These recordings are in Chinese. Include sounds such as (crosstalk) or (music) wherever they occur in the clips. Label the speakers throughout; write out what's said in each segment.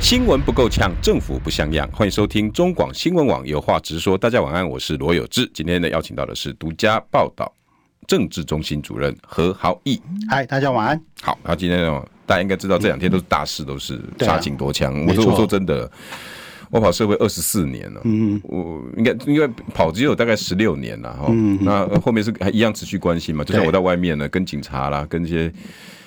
Speaker 1: 新闻不够呛，政府不像样。欢迎收听中广新闻网，有话直说。大家晚安，我是罗有志。今天呢，邀请到的是独家报道政治中心主任何豪毅。
Speaker 2: 嗨，大家晚安。
Speaker 1: 好，然后今天呢，大家应该知道这两天都是大事，都是
Speaker 2: 对啊
Speaker 1: 杀警夺枪。我
Speaker 2: 没
Speaker 1: 说
Speaker 2: 错
Speaker 1: 我说真的，我跑社会二十四年了，嗯，我应该因为跑只有大概十六年了哈。那后面是还一样持续关心嘛，就像
Speaker 2: 嗯对
Speaker 1: 我到外面呢，跟警察啦，跟一些。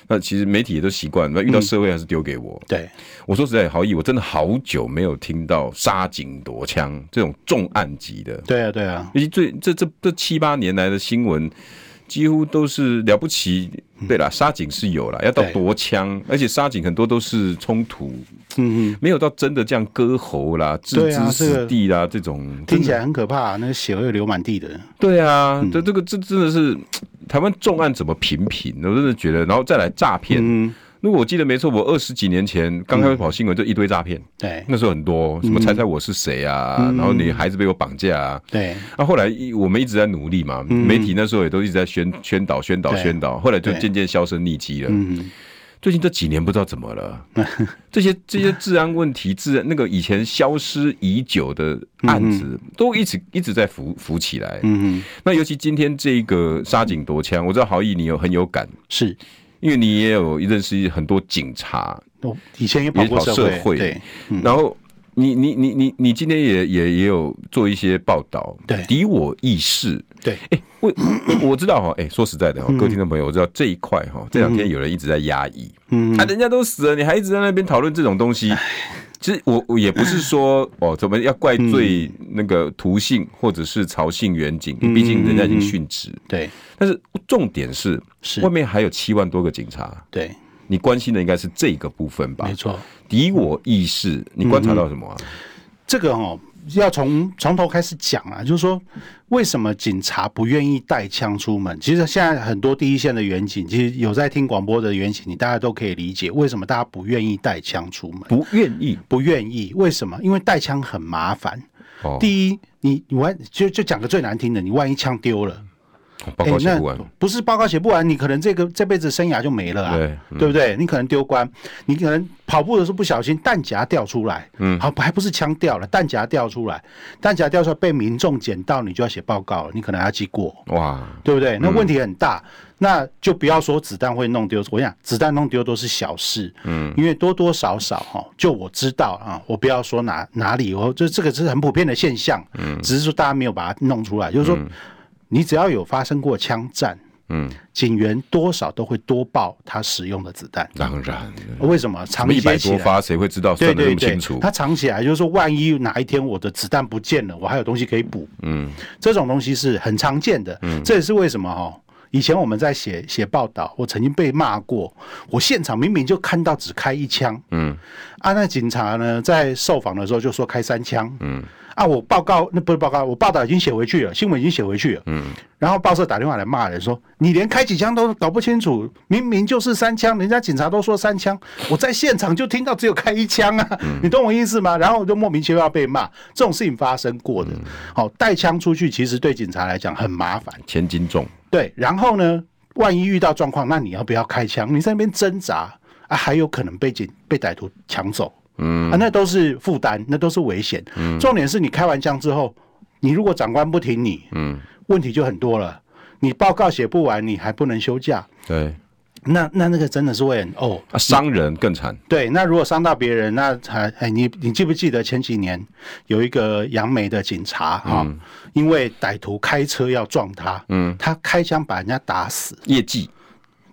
Speaker 1: 那其实媒体也都习惯，那
Speaker 2: 嗯
Speaker 1: 遇到社会还是丢给我。
Speaker 2: 对，
Speaker 1: 我说实在，豪毅，我真的好久没有听到杀警夺枪这种重案级的，
Speaker 2: 对啊，对啊，
Speaker 1: 尤其最这这这七八年来的新闻，几乎都是了不起。对啦，杀警是有啦，要到
Speaker 2: 嗯对
Speaker 1: 夺枪，而且杀警很多都是冲突，嗯嗯，没有到真的这样割喉啦、置
Speaker 2: 对啊
Speaker 1: 之
Speaker 2: 这个
Speaker 1: 死地啦这种，
Speaker 2: 听
Speaker 1: 真
Speaker 2: 起
Speaker 1: 的
Speaker 2: 来嗯很可怕，那个血会流满地的。
Speaker 1: 对啊，这、这个这真的是台湾重案怎么频频，我真的觉得，然后再来诈骗。
Speaker 2: 嗯
Speaker 1: 如果我记得没错，我二十几年前刚开始跑新闻，就一堆诈骗。
Speaker 2: 对，
Speaker 1: 那时候很多
Speaker 2: 嗯
Speaker 1: 什么猜猜我是谁啊，然后你孩子被我绑架啊。
Speaker 2: 对，
Speaker 1: 那、后来一我们一直在努力嘛，媒体那时候也都一直在宣宣导、宣导、
Speaker 2: 嗯对
Speaker 1: 宣导，后来就
Speaker 2: 对嗯
Speaker 1: 渐渐销声匿迹了。最近这几年不知道怎么
Speaker 2: (laughs)
Speaker 1: 了，这些这些治安问题、治安那个以前消失已久的案子，都一直一直在浮浮起来。
Speaker 2: 嗯，
Speaker 1: 那尤其今天这个杀警夺枪，我知道豪毅你有很有感，
Speaker 2: 是
Speaker 1: 因为你也有认识很多警察，
Speaker 2: 我哦以前也跑
Speaker 1: 也
Speaker 2: 过
Speaker 1: 跑社会，
Speaker 2: 对，嗯
Speaker 1: 然后你你你你你今天也也也有做一些报道，
Speaker 2: 对
Speaker 1: 敌我意识，
Speaker 2: 对，
Speaker 1: 哎、我 (coughs) 我我知道哈，哎、说实在的哈，
Speaker 2: 嗯
Speaker 1: 各位听众朋友，我知道这一块哈，这两天有人一直在压抑，嗯，啊，人家都死了，你还一直在那边讨论这种东西。其实我我也不是说哦，怎么要怪
Speaker 2: 嗯
Speaker 1: 罪那个涂姓或者是曹姓远景，
Speaker 2: 嗯
Speaker 1: 毕竟人家已经殉职。
Speaker 2: 对，
Speaker 1: 但是重点是，
Speaker 2: 是
Speaker 1: 外面还有七万多个警察，
Speaker 2: 对，
Speaker 1: 你关心的应该是这个部分吧
Speaker 2: 没？错。嗯
Speaker 1: 敌我意识，你观察到什么啊？
Speaker 2: 这个哦，要从从头开始讲啊，就是说为什么警察不愿意带枪出门？其实现在很多第一线的远警，其实有在听广播的远警，你大家都可以理解为什么大家不愿意带枪出门。
Speaker 1: 不愿意
Speaker 2: 不愿意，为什么？因为带枪很麻烦。
Speaker 1: 哦，
Speaker 2: 第一，你你万就就讲个最难听的，你万一枪丢了，
Speaker 1: 报告啊
Speaker 2: 诶
Speaker 1: 写
Speaker 2: 那
Speaker 1: 不完，
Speaker 2: 不是报告写不完，你可能这个这辈子生涯就没了啊，
Speaker 1: 对嗯
Speaker 2: 不对？你可能丢官，你可能跑步的时候不小心弹夹掉出来，嗯，好，还不是枪掉了，弹夹掉出来，弹夹掉出来被民众捡到，你就要写报告了，你可能还要记过，
Speaker 1: 哇，
Speaker 2: 对不对？那
Speaker 1: 嗯
Speaker 2: 问题很大，那就不要说子弹会弄丢，我想子弹弄丢都是小事，嗯，因为多多少少哈，就我知道啊，我不要说哪哪里，我就这个是很普遍的现象，嗯，只是说大家没有把它弄出来，就是说、你只要有发生过枪战，
Speaker 1: 嗯，
Speaker 2: 警员多少都会多报他使用的子弹，
Speaker 1: 当然，
Speaker 2: 为什么？
Speaker 1: 嗯我
Speaker 2: 长
Speaker 1: 们一
Speaker 2: 接
Speaker 1: 百
Speaker 2: 起
Speaker 1: 多
Speaker 2: 来。
Speaker 1: 发，谁会知道
Speaker 2: 对
Speaker 1: 算的那
Speaker 2: 对
Speaker 1: 么
Speaker 2: 对
Speaker 1: 清，楚？
Speaker 2: 他藏起来就是说，万一哪一天我的子弹不见了，我还有东西可以补。
Speaker 1: 嗯，
Speaker 2: 这种东西是很常见的。这也是为什么哈，以前我们在写写报道，我曾经被骂过，我现场明明就看到只开一枪，
Speaker 1: 嗯，
Speaker 2: 啊，那警察呢在受访的时候就说开三枪，嗯，啊，我报告那不是报告，我报道已经写回去了，新闻已经写回去了，嗯，然后报社打电话来骂人说，你连开几枪都搞不清楚，明明就是三枪，人家警察都说三枪，我在现场就听到只有开一枪啊，你懂我意思吗？然后我就莫名其妙被骂，这种事情发生过的，好、带枪出去其实对警察来讲很麻烦。
Speaker 1: 千斤重，
Speaker 2: 对，然后呢，万一遇到状况，那你要不要开枪？你在那边挣扎啊，还有可能被警被歹徒抢走，嗯啊，那都是负担，那都是危险。重点是你开完枪之后，你如果长官不听你，嗯，问题就很多了。你报告写不完，你还不能休假，
Speaker 1: 对
Speaker 2: 那那那个真的是会很哦。
Speaker 1: 啊，伤人更惨，
Speaker 2: 对，那如果伤到别人，那还哎，你你记不记得前几年有一个杨梅的警察哈、因为歹徒开车要撞他，嗯，他开枪把人家打死，
Speaker 1: 业绩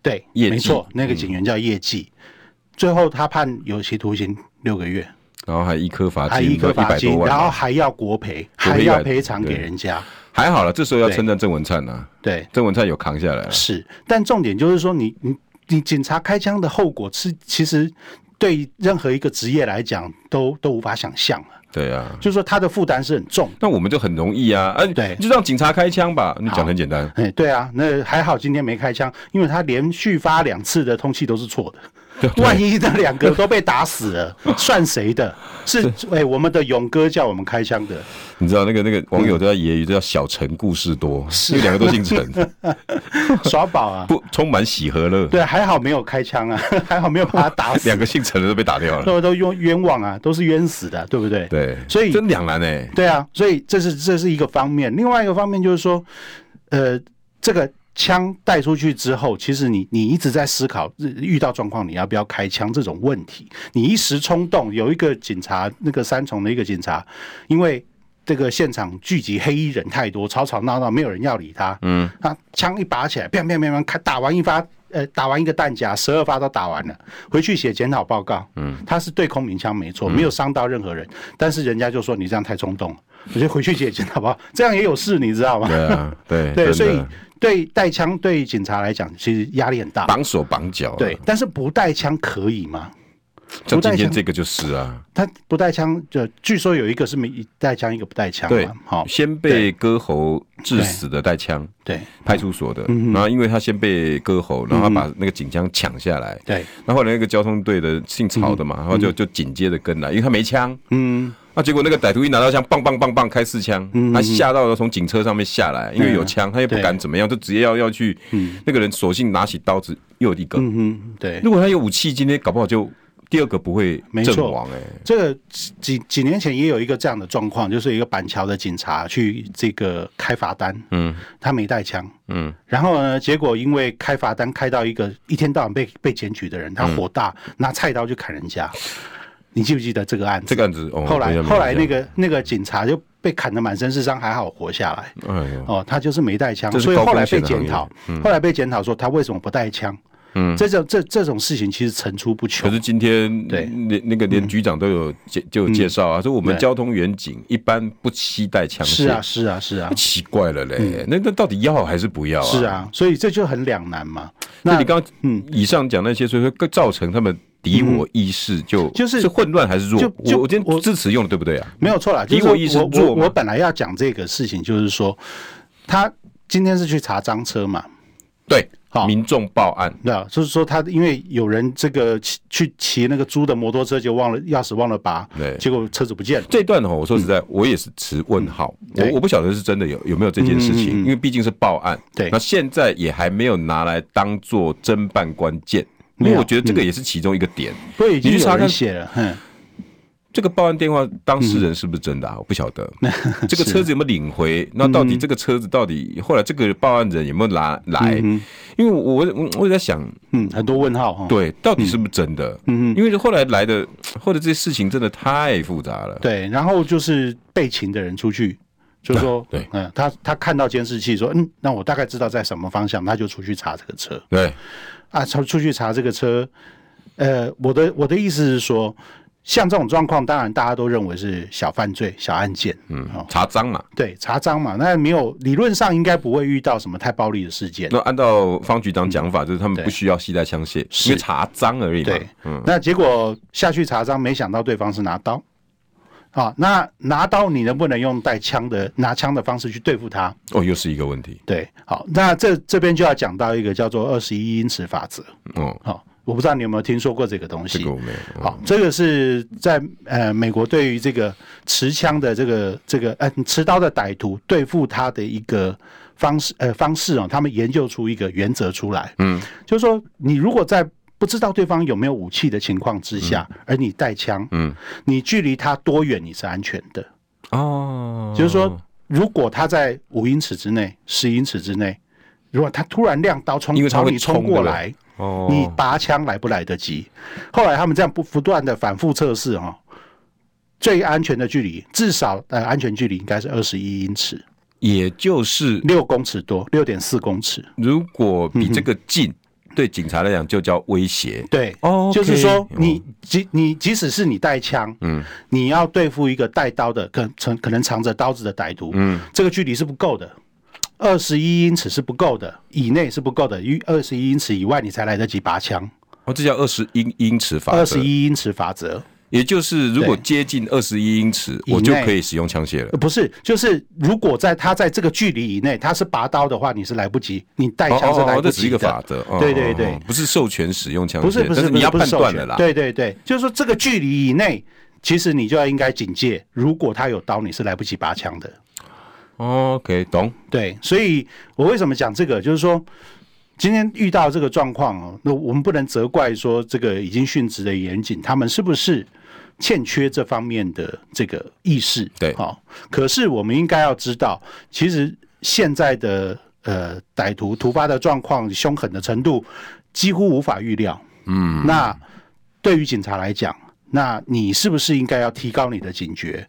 Speaker 2: 对，
Speaker 1: 业
Speaker 2: 没
Speaker 1: 绩
Speaker 2: 错，那个警
Speaker 1: 嗯
Speaker 2: 员叫业绩，最后他判有期徒刑六个月，
Speaker 1: 然后还一颗罚
Speaker 2: 还
Speaker 1: 金，
Speaker 2: 一
Speaker 1: 啊一
Speaker 2: 个罚
Speaker 1: 百多
Speaker 2: 金，然后
Speaker 1: 万，
Speaker 2: 还要国赔，
Speaker 1: 国赔
Speaker 2: 还要
Speaker 1: 100
Speaker 2: 赔偿给
Speaker 1: 对
Speaker 2: 人家。
Speaker 1: 还好了，这时候要称赞郑文灿呐，
Speaker 2: 对，
Speaker 1: 郑文灿有扛下来啊了，
Speaker 2: 是，但重点就是说你，你你警察开枪的后果是，其实对任何一个职业来讲都都无法想象啊
Speaker 1: 对啊，
Speaker 2: 就是说他的负担是很重。
Speaker 1: 那我们就很容易啊，哎、
Speaker 2: 对
Speaker 1: 你就让警察开枪吧，你讲得很简单，
Speaker 2: 哎，对啊，那还好今天没开枪，因为他连续发两次的通气都是错的。万一那两个都被打死了，算谁的？是哎、我们的勇哥叫我们开枪的，
Speaker 1: 你知道那个那个网友都在揶揄，这叫小陈故事多，因为两个都姓
Speaker 2: (laughs)
Speaker 1: 陈，
Speaker 2: 耍宝啊！
Speaker 1: 不充满喜和乐，
Speaker 2: 对，啊还好没有开枪啊， (laughs) 还好没有把他打死，
Speaker 1: 两个姓陈的都被打掉了，
Speaker 2: 都都冤冤枉啊，都是冤死的，对不对？
Speaker 1: 对，
Speaker 2: 所以
Speaker 1: 真两难哎，
Speaker 2: 对啊，所以这是这是一个方面，另外一个方面就是说，呃，这个枪带出去之后，其实你你一直在思考呃遇到状况你要不要开枪这种问题，你一时冲动，有一个警察那个三重的一个警察，因为。这个现场聚集黑衣人太多，吵吵闹闹，没有人要理他。嗯，他枪一拔起来，砰砰砰砰，开打完一发，呃，打完一个弹夹，十二发都打完了，回去写检讨报告。嗯，他是对空鸣枪没错，没有伤到任何人，但是人家就说你这样太冲动了，我就回去写检讨报告，这样也有事，你知道吗？
Speaker 1: 对啊，对
Speaker 2: 对，所
Speaker 1: 真
Speaker 2: 以
Speaker 1: 的
Speaker 2: 对带枪对警察来讲，其实压力很大。
Speaker 1: 绑手绑脚，啊
Speaker 2: 对，，但是不带枪可以吗？
Speaker 1: 像今
Speaker 2: 不带
Speaker 1: 天
Speaker 2: 枪
Speaker 1: 这个就是啊，
Speaker 2: 他不带枪，就据说有一个是没带枪，一个不带枪嘛。
Speaker 1: 对
Speaker 2: 好，
Speaker 1: 先被割喉致死的带枪。
Speaker 2: 对嗯
Speaker 1: 派出所的，然后因为他先被割喉，然后他把那个警枪抢下来，
Speaker 2: 对，
Speaker 1: 那后来那个交通队的姓曹的嘛，然后就就紧接着跟来，因为他没枪，
Speaker 2: 嗯，
Speaker 1: 那结果那个歹徒一拿到枪，棒棒棒棒开四枪，他吓到了，从警车上面下来，因为有枪，他也不敢怎么样，就直接要要去，那个人索性拿起刀子又一个，
Speaker 2: 嗯哼，对。
Speaker 1: 如果他有武器，今天搞不好就第二个不会
Speaker 2: 没错
Speaker 1: 阵亡哎，
Speaker 2: 这个几几年前也有一个这样的状况，就是一个板桥的警察去这个开罚单，
Speaker 1: 嗯
Speaker 2: 他没带枪，
Speaker 1: 嗯，
Speaker 2: 然后呢，结果因为开罚单开到一个一天到晚被被检举的人，
Speaker 1: 嗯
Speaker 2: 他火大，拿菜刀去砍人家，你记不记得这个案子？
Speaker 1: 这个案子哦，
Speaker 2: 后
Speaker 1: 没
Speaker 2: 来
Speaker 1: 有
Speaker 2: 后来那，
Speaker 1: 没
Speaker 2: 个那个警察就被砍得满身是伤，还好活下来。
Speaker 1: 有哎呦，
Speaker 2: 哦，他就是没带枪
Speaker 1: 这，是
Speaker 2: 所以
Speaker 1: 高
Speaker 2: 后来
Speaker 1: 风险
Speaker 2: 被
Speaker 1: 的
Speaker 2: 检
Speaker 1: 行业嗯
Speaker 2: 讨，后来被检讨说他为什么不带枪。嗯，这种这这种事情其实层出不
Speaker 1: 可
Speaker 2: 穷。
Speaker 1: 是今天
Speaker 2: 对嗯
Speaker 1: 连那个连局长都有介就有介绍啊，说我们
Speaker 2: 对
Speaker 1: 交通员警一般不期待枪
Speaker 2: 是啊，
Speaker 1: 械，
Speaker 2: 是啊，是啊
Speaker 1: 那，奇怪了嘞，那那到底要还是不要啊？
Speaker 2: 是啊，所以这就很两难嘛。
Speaker 1: 那
Speaker 2: 那嗯
Speaker 1: 你刚刚以上讲那些，所以说更造成他们敌我意识就
Speaker 2: 就是
Speaker 1: 混乱还是弱
Speaker 2: 就？就
Speaker 1: 我我今天
Speaker 2: 我
Speaker 1: 支持用的对不对啊？
Speaker 2: 没有错啦，就
Speaker 1: 敌我意识
Speaker 2: 是我
Speaker 1: 弱
Speaker 2: 我
Speaker 1: 嘛
Speaker 2: 我本来要讲这个事情，就是说他今天是去查赃车嘛，
Speaker 1: 对，
Speaker 2: 好
Speaker 1: 民众报案，
Speaker 2: 对啊，就是说他因为有人这个骑去骑那个租的摩托车，就忘了钥匙忘了拔
Speaker 1: 对，
Speaker 2: 结果车子不见了。
Speaker 1: 这段哦，我说实在，我也是持问号，我
Speaker 2: 嗯对嗯
Speaker 1: 我不晓得是真的有有没有这件事情，因为毕竟是报案，
Speaker 2: 对
Speaker 1: 那现在也还没有拿来当做侦办关键，因
Speaker 2: 没有嗯
Speaker 1: 为我觉得这个也是其中一个点。
Speaker 2: 不过已经
Speaker 1: 你去查
Speaker 2: 有
Speaker 1: 看
Speaker 2: 人写了，嗯，
Speaker 1: 这个报案电话当事人是不是真的啊？我不晓
Speaker 2: (laughs)
Speaker 1: 得，这个车子有没有领回？那到
Speaker 2: 嗯
Speaker 1: 底这个车子到底后来这个报案人有没有拿来？因为我我我也在想，
Speaker 2: 嗯，很多问号哈。
Speaker 1: 对，到底是不是真的？嗯，因为后来来的，或者这些事情真的太复杂了。
Speaker 2: 对，然后就是被擒的人出去，就说，
Speaker 1: 对
Speaker 2: 嗯，他他看到监视器说，嗯，那我大概知道在什么方向，他就出去查这个车
Speaker 1: 对，
Speaker 2: 啊，出出去查这个车，呃，我的我的意思是说，像这种状况，当然大家都认为是小犯罪、小案件，嗯，哦，
Speaker 1: 查赃嘛。
Speaker 2: 对，查赃嘛，那没有理论上应该不会遇到什么太暴力的事件，
Speaker 1: 那按照方局长讲法，就是他们
Speaker 2: 嗯对
Speaker 1: 不需要携带枪械，因为查赃而已嘛。
Speaker 2: 对，那结果下去查账，没想到对方是拿刀。啊，那拿刀你能不能用带枪的拿枪的方式去对付他？
Speaker 1: 哦，又是一个问题。
Speaker 2: 对，好，那这这边就要讲到一个叫做二十一英尺法则。
Speaker 1: 哦，
Speaker 2: 好、我不知道你有没有听说过这个东西。
Speaker 1: 这个我没有。
Speaker 2: 好，这个是在呃美国对于这个持枪的这个这个呃持刀的歹徒对付他的一个方式呃方式哦，他们研究出一个原则出来，嗯，就是说你如果在不知道对方有没有武器的情况之下，而你带枪，嗯，你距离他多远你是安全的，
Speaker 1: 哦，
Speaker 2: 就是说如果他在五英尺之内、十英尺之内，如果他突然亮刀冲，
Speaker 1: 因为他
Speaker 2: 朝
Speaker 1: 会
Speaker 2: 你冲
Speaker 1: 冲
Speaker 2: 过
Speaker 1: 对不对
Speaker 2: 来，
Speaker 1: 哦，
Speaker 2: 你拔枪来不来得及？后来他们这样不不断的反复测试哈，最安全的距离至少呃安全距离应该是二十一英尺，
Speaker 1: 也就是
Speaker 2: 六公尺多，六点四公尺。
Speaker 1: 如果比这个近，对警察来讲就叫威胁。
Speaker 2: 对，
Speaker 1: 哦，OK
Speaker 2: 就是说
Speaker 1: 嗯
Speaker 2: 你即你即使是你带枪，嗯，你要对付一个带刀的，可可可能藏着刀子的歹徒，嗯，这个距离是不够的。二十一英尺是不够的，以内是不够的，于二十一英尺以外你才来得及拔枪。
Speaker 1: 哦，这叫二十英英尺法则。
Speaker 2: 二十一英尺法则，
Speaker 1: 也就是如果接近二十一英尺，我就
Speaker 2: 以内
Speaker 1: 可以使用枪械了
Speaker 2: 呃。不是，就是如果在他在这个距离以内，他是拔刀的话，你是来不及，你带
Speaker 1: 哦
Speaker 2: 枪是
Speaker 1: 哦
Speaker 2: 来
Speaker 1: 哦，
Speaker 2: 不
Speaker 1: 这只是
Speaker 2: 及
Speaker 1: 一个
Speaker 2: 的。
Speaker 1: 法则。哦
Speaker 2: 对对
Speaker 1: 哦
Speaker 2: 对
Speaker 1: 哦不是授权使用枪械，
Speaker 2: 不是不
Speaker 1: 但
Speaker 2: 是，
Speaker 1: 是你要
Speaker 2: 不是
Speaker 1: 判
Speaker 2: 授
Speaker 1: 断
Speaker 2: 权
Speaker 1: 了啦。
Speaker 2: 对对对，就是说这个距离以内，其实你就要应该警戒，如果他有刀，你是来不及拔枪的。
Speaker 1: 哦，OK，懂。
Speaker 2: 对，所以我为什么讲这个，就是说。今天遇到这个状况哦，那我们不能责怪说这个已经殉职的严警，他们是不是欠缺这方面的这个意识？
Speaker 1: 对
Speaker 2: 好、可是我们应该要知道，其实现在的呃歹徒突发的状况、凶狠的程度，几乎无法预料。嗯，那对于警察来讲，那你是不是应该要提高你的警觉？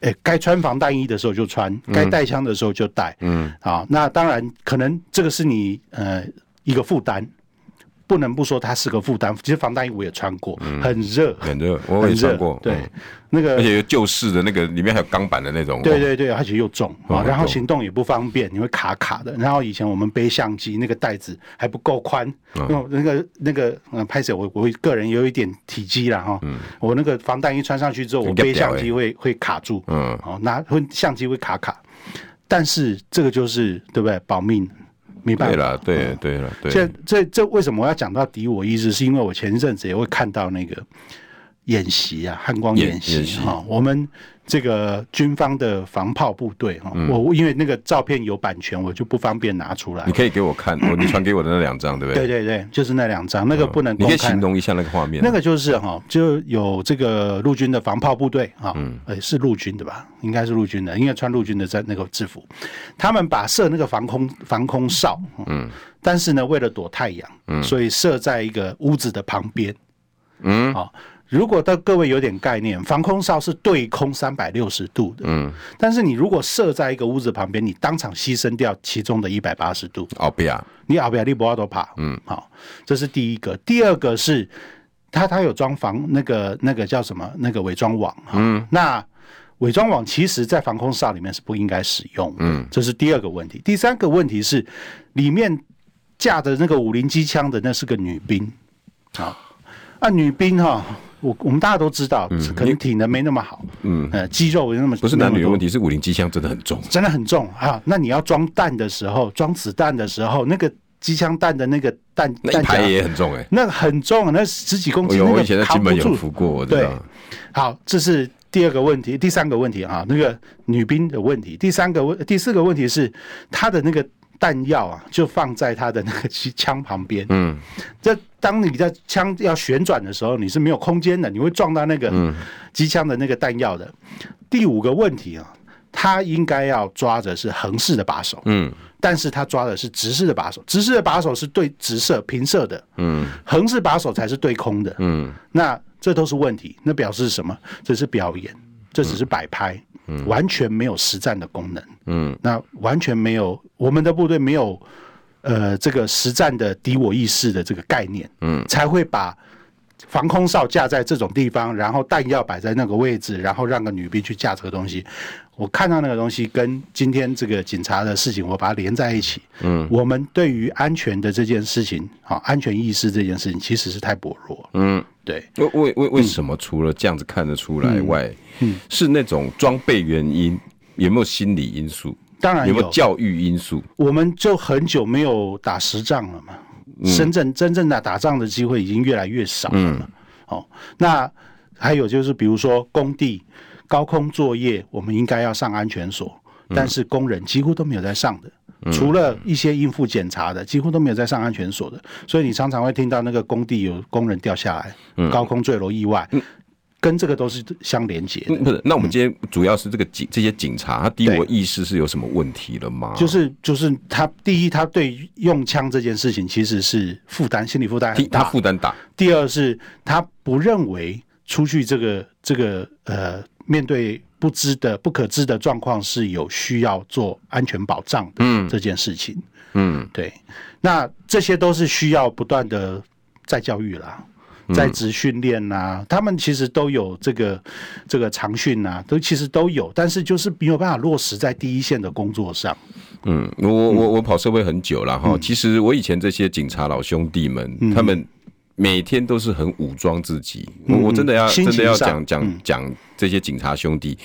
Speaker 2: 诶，该穿防弹衣的时候就穿，该带枪的时候就带。嗯，啊，那当然可能这个是你呃一个负担，不能不说它是个负担。其实防弹衣我也穿过，很热，
Speaker 1: 很热，我也
Speaker 2: 很
Speaker 1: 穿
Speaker 2: 热
Speaker 1: 过。
Speaker 2: 对
Speaker 1: 嗯，
Speaker 2: 那个
Speaker 1: 而且有旧式的那个，里面还有钢板的那种。
Speaker 2: 对对对，而且又重啊
Speaker 1: 哦，
Speaker 2: 然后
Speaker 1: 重
Speaker 2: 行动也不方便，你会卡卡的。然后以前我们背相机那个袋子还不够宽，
Speaker 1: 嗯
Speaker 2: 那种那个那个嗯，拍摄我我个人有一点体积啦哈，
Speaker 1: 嗯
Speaker 2: 我那个防弹衣穿上去之后，我
Speaker 1: 你个
Speaker 2: 背
Speaker 1: 屌
Speaker 2: 相机
Speaker 1: 欸
Speaker 2: 会会卡住，
Speaker 1: 嗯
Speaker 2: 哦，拿会相机会卡卡。但是这个就是对不对？保命没办
Speaker 1: 对
Speaker 2: 法。
Speaker 1: 了，
Speaker 2: 嗯
Speaker 1: 对对了，
Speaker 2: 这
Speaker 1: 对，
Speaker 2: 这这为什么我要讲到敌我意识？是因为我前一阵子也会看到那个演习啊，汉光
Speaker 1: 演
Speaker 2: 演
Speaker 1: 演
Speaker 2: 习
Speaker 1: 习
Speaker 2: 哈、我们这个军方的防炮部队哈、
Speaker 1: 嗯
Speaker 2: 我因为那个照片有版权，我就不方便拿出来
Speaker 1: 你。可以给我看，哦我你传给我的那两张，对不
Speaker 2: 对
Speaker 1: 对？嗯
Speaker 2: 对对，就是那两张，那个不能
Speaker 1: 你
Speaker 2: 公
Speaker 1: 可以
Speaker 2: 开
Speaker 1: 形。容一下那个画面。
Speaker 2: 那个就是哈、就有这个陆军的防炮部队哈，嗯，呃，是陆军的吧？应该是陆军的，应该穿陆军的在那个制服。他们把射那个防空防空哨，嗯，但是呢，为了躲太阳，嗯，所以射在一个屋子的旁边，嗯，啊、如果到各位有点概念，防空哨是对空三百六十度的，嗯，但是你如果射在一个屋子旁边，你当场牺牲掉其中的一百八十度，
Speaker 1: 奥比亚，
Speaker 2: 你阿比亚利博奥多帕，嗯，好，这是第一个。第二个是它它有装防那个那个叫什么那个伪装网，嗯，那伪装网其实在防空哨里面是不应该使用，嗯，这是第二个问题。第三个问题是里面架着那个五零机枪的那是个女兵，啊啊女兵哈。我我们大家都知道，可能体能没那么好，嗯，呃，肌肉没那么
Speaker 1: 不是男女的
Speaker 2: 问题。
Speaker 1: 问题，是五零机枪真的很重。
Speaker 2: 真的很重啊！那你要装弹的时候，装子弹的时候，那个机枪弹的那个弹
Speaker 1: 那
Speaker 2: 弹
Speaker 1: 一排
Speaker 2: 夹，
Speaker 1: 也很重哎、
Speaker 2: 那个很重，啊那十几公
Speaker 1: 我
Speaker 2: 斤，
Speaker 1: 有，
Speaker 2: 那
Speaker 1: 我以前
Speaker 2: 个
Speaker 1: 在
Speaker 2: 扛
Speaker 1: 金
Speaker 2: 不
Speaker 1: 门有
Speaker 2: 住。
Speaker 1: 服过，我知
Speaker 2: 对
Speaker 1: 道。，
Speaker 2: 好，这是第二个问题，第三个问题啊，那个女兵的问题，第三个问，第四个问题是她的那个弹药啊，就放在她的那个机枪旁边，
Speaker 1: 嗯，
Speaker 2: 这当你在枪要旋转的时候，你是没有空间的，你会撞到那个
Speaker 1: 嗯
Speaker 2: 机枪的那个弹药的。第五个问题啊，他应该要抓着是横式的把手，
Speaker 1: 嗯，
Speaker 2: 但是他抓的是直式的把手，直式的把手是对直射平射的，嗯，横式把手才是对空的，嗯，那这都是问题，那表示什么？这是表演，这只是摆拍，嗯，完全没有实战的功能，嗯，那完全没有我们的部队没有呃这个实战的敌我意识的这个概念，嗯，才会把。防空哨架在这种地方，然后弹药摆在那个位置，然后让个女兵去架这个东西。我看到那个东西跟今天这个警察的事情，我把它连在一起。嗯，我们对于安全的这件事情，啊，安全意识这件事情其实是太薄弱。嗯，对，嗯
Speaker 1: 为为为为什么除了这样子看得出来外，是那种装备原因，有没有心理因素？
Speaker 2: 当然
Speaker 1: 有没
Speaker 2: 有
Speaker 1: 有，教育因素？
Speaker 2: 我们就很久没有打实仗了嘛。深圳真正的打仗的机会已经越来越少了嘛。哦，那还有就是，比如说工地高空作业，我们应该要上安全锁，但是工人几乎都没有在上的。除了一些应付检查的，几乎都没有在上安全锁的，所以你常常会听到那个工地有工人掉下来，高空坠楼意外，跟这个都是相连接的。
Speaker 1: 嗯不是，那我们今天主要是这个警这些警察，他敌我
Speaker 2: 对
Speaker 1: 意识是有什么问题了吗？
Speaker 2: 就是就是他第一，他对用枪这件事情其实是负担，心理负担
Speaker 1: 第
Speaker 2: 很
Speaker 1: 他
Speaker 2: 大。
Speaker 1: 负担大，
Speaker 2: 第二是他不认为出去这个这个呃，面对不知的不可知的状况是有需要做安全保障的这件事情。
Speaker 1: 嗯，
Speaker 2: 对，那这些都是需要不断的再教育啦。
Speaker 1: 嗯
Speaker 2: 在职训练呐，他们其实都有这个这个长训呐、都其实都有，但是就是没有办法落实在第一线的工作上。
Speaker 1: 嗯，我嗯我我我跑社会很久了哈，其实我以前这些警察老兄弟们，他们。每天都是很武装自己。我我真的要
Speaker 2: 心
Speaker 1: 真
Speaker 2: 情
Speaker 1: 的要
Speaker 2: 上
Speaker 1: 讲讲讲这些警察兄弟，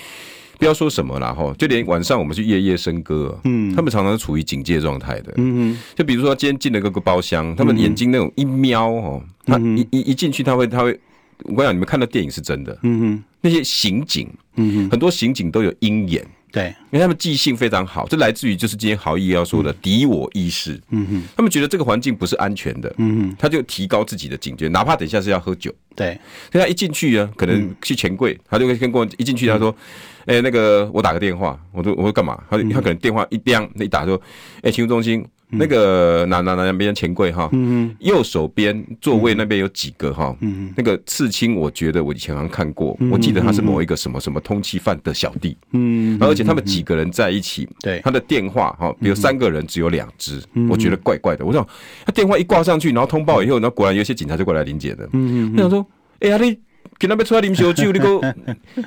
Speaker 1: 不要说什么啦哈，就连晚上我们去夜夜笙歌、嗯，他们常常是处于警戒状态的，嗯嗯。就比如说今天进了个个包厢，他们眼睛那种一瞄哦，他一一一进去他会他会，我跟你讲，你们看到电影是真的，
Speaker 2: 嗯哼，
Speaker 1: 那些刑警，嗯很多刑警都有鹰眼。
Speaker 2: 对，
Speaker 1: 因为他们记性非常好，这来自于就是今天豪毅要说的敌我意识。嗯哼，他们觉得这个环境不是安全的，嗯哼，他就提高自己的警觉，哪怕等一下是要喝酒，
Speaker 2: 对，
Speaker 1: 所以他一进去啊，可能
Speaker 2: 嗯
Speaker 1: 去钱柜，他就会跟我一进去，他说：“哎、那个我打个电话，我说我说干嘛？”
Speaker 2: 嗯
Speaker 1: 他就他可能电话一亮，那一打说：“哎、勤务中心。”那个哪哪哪哪边钱柜哈，
Speaker 2: 嗯
Speaker 1: 右手边座位那边有几个哈，那个刺青我觉得我以前好像看过，我记得他是某一个什么什么通缉犯的小弟，
Speaker 2: 嗯，
Speaker 1: 而且他们几个人在一起，
Speaker 2: 对
Speaker 1: 他的电话哈，
Speaker 2: 嗯
Speaker 1: 比如三个人只有两只，我觉得怪怪的。我想他电话一挂上去，然后通报以后，然后果然有一些警察就过来临检的。嗯嗯，我想说，哎呀你。给他们出来啉小酒，你个，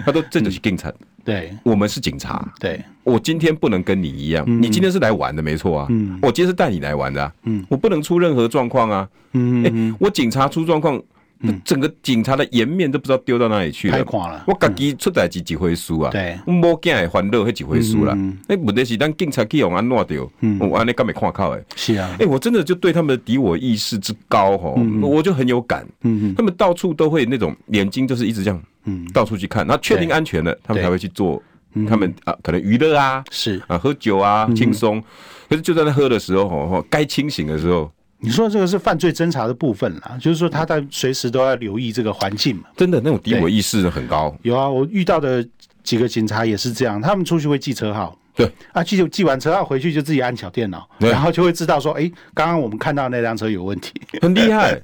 Speaker 1: 他说这就是警察，
Speaker 2: 对，
Speaker 1: 我们是警察，
Speaker 2: 对，
Speaker 1: 我今天不能跟你一样，
Speaker 2: 嗯
Speaker 1: 你今天是来玩的，没错啊。我今天是带你来玩的、啊，我不能出任何状况啊。
Speaker 2: 嗯
Speaker 1: 哎、我警察出状况，那整个警察的颜面都不知道丢到哪里去了
Speaker 2: 太。垮了，
Speaker 1: 我家己出代志一回事啊，
Speaker 2: 对
Speaker 1: 我某囝会烦恼迄一回事
Speaker 2: 嗯
Speaker 1: 啦。那问题是咱警察去用安怎着，我安尼敢会看靠诶？
Speaker 2: 是啊，
Speaker 1: 哎，我真的就对他们的敌我意识之高吼，我就很有感。
Speaker 2: 嗯
Speaker 1: 他们到处都会那种眼睛就是一直这样，
Speaker 2: 嗯
Speaker 1: 到处去看，然后确定安全了，他们
Speaker 2: 对嗯
Speaker 1: 才会去做他们啊可能娱乐啊
Speaker 2: 是。
Speaker 1: 啊喝酒啊轻松。可是就在那喝的时候吼，吼该清醒的时候，
Speaker 2: 你说这个是犯罪侦查的部分啦，就是说他在随时都要留意这个环境嘛。
Speaker 1: 真的那种敌我意识很高。
Speaker 2: 有啊，我遇到的几个警察也是这样，他们出去会记车号。
Speaker 1: 对
Speaker 2: 啊，记记完车号回去就自己按小电脑，
Speaker 1: 对
Speaker 2: 然后就会知道说，哎，刚刚我们看到那辆车有问
Speaker 1: (laughs)
Speaker 2: 题。
Speaker 1: 很厉
Speaker 2: (laughs)
Speaker 1: 害，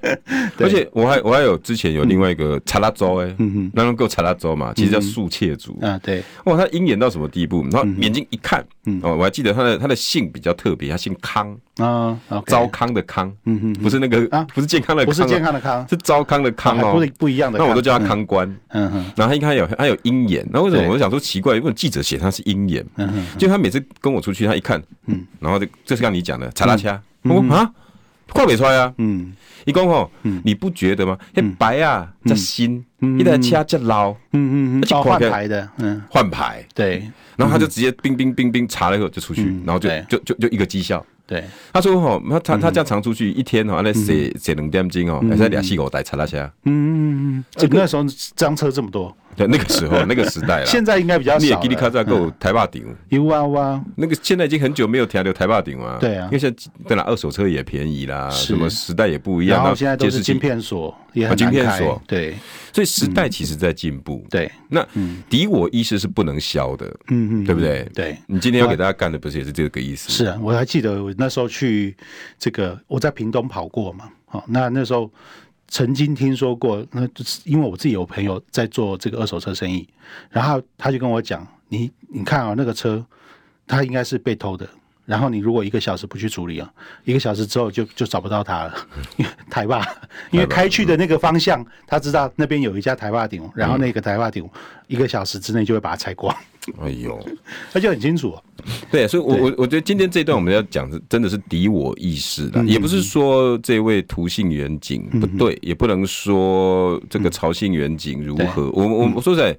Speaker 1: 而且我还我还有之前有另外一
Speaker 2: 嗯
Speaker 1: 个查拉州哎，那能够查拉州嘛，其实叫素切族。
Speaker 2: 啊，嗯对，
Speaker 1: 哇，他鹰眼到什么地步？然后眼睛一看，
Speaker 2: 嗯
Speaker 1: 哦，我还记得他的他的姓比较特别，他姓康，
Speaker 2: 啊，OK，
Speaker 1: 糟糠的糠，不是那个
Speaker 2: 啊
Speaker 1: 不是健康的
Speaker 2: 不
Speaker 1: 康哦，
Speaker 2: 是健康的康，
Speaker 1: 是糟糠的糠
Speaker 2: 还
Speaker 1: 哦
Speaker 2: 不是，不一样的
Speaker 1: 那
Speaker 2: 康。
Speaker 1: 我都叫他康官。
Speaker 2: 嗯哼，
Speaker 1: 然后他应该有他有鹰眼，那为什么
Speaker 2: 对嗯
Speaker 1: 我就想说奇怪？为什么记者写他是鹰眼？就他每次跟我出去，他一看，然后就就是像你讲的查拉掐，我说啊，跨尾出来啊，
Speaker 2: 嗯，
Speaker 1: 伊讲吼，你不觉得吗？那白啊，这新，一台车这老，
Speaker 2: 嗯嗯嗯，
Speaker 1: 而且
Speaker 2: 哦，
Speaker 1: 看
Speaker 2: 换
Speaker 1: 起来
Speaker 2: 牌的，嗯，
Speaker 1: 换牌，
Speaker 2: 对
Speaker 1: 然后他就直接冰冰冰冰查了以后就出去，然后就
Speaker 2: 嗯对嗯
Speaker 1: 就就就一个绩效。
Speaker 2: 对，
Speaker 1: 他说吼，他他他这样常出去一天
Speaker 2: 嗯
Speaker 1: 吼，那写写两点钟哦，还是两四五台查拉车。
Speaker 2: 嗯嗯嗯，这那时候脏车这么多，
Speaker 1: 对，那个时
Speaker 2: (laughs)
Speaker 1: 候那个时代了。
Speaker 2: 现在应该比较
Speaker 1: 你也
Speaker 2: 少
Speaker 1: 给你看
Speaker 2: 了。嗯
Speaker 1: 在够台坝顶，
Speaker 2: 有啊有啊，
Speaker 1: 那个现在已经很久没有调流台坝顶了。
Speaker 2: 对啊
Speaker 1: 因为现在当然二手车也便宜啦，
Speaker 2: 是
Speaker 1: 什么时代也不一样，啊
Speaker 2: 然后
Speaker 1: 那
Speaker 2: 现在都
Speaker 1: 监
Speaker 2: 是
Speaker 1: 视器
Speaker 2: 晶，片锁，也很
Speaker 1: 啊晶
Speaker 2: 难
Speaker 1: 片
Speaker 2: 开
Speaker 1: 锁，
Speaker 2: 对
Speaker 1: 所以时代其实在进步。
Speaker 2: 对，嗯
Speaker 1: 那敌我意识是不能消的，
Speaker 2: 嗯嗯，
Speaker 1: 对不对？
Speaker 2: 对。
Speaker 1: 你今天要给大家干的不是也是这个意思？
Speaker 2: 是啊，我还记得我那时候去这个，我在屏东跑过嘛，好、那那时候曾经听说过，那就是因为我自己有朋友在做这个二手车生意，然后他就跟我讲，你你看啊、那个车它应该是被偷的，然后你如果一个小时不去处理啊，一个小时之后就就找不到它了， (laughs) 因为台坝，因为开去的那个方向，他知道那边有一家台坝顶，然后那个台坝顶一个小时之内就会把它拆光，
Speaker 1: 哎呦，
Speaker 2: 而且很清楚哦、
Speaker 1: 对，所以我我我觉得今天这一段我们要讲的真的是敌我意识了，也不是说这位涂姓远景不对，也不能说这个曹姓远景如何。我我我说实在，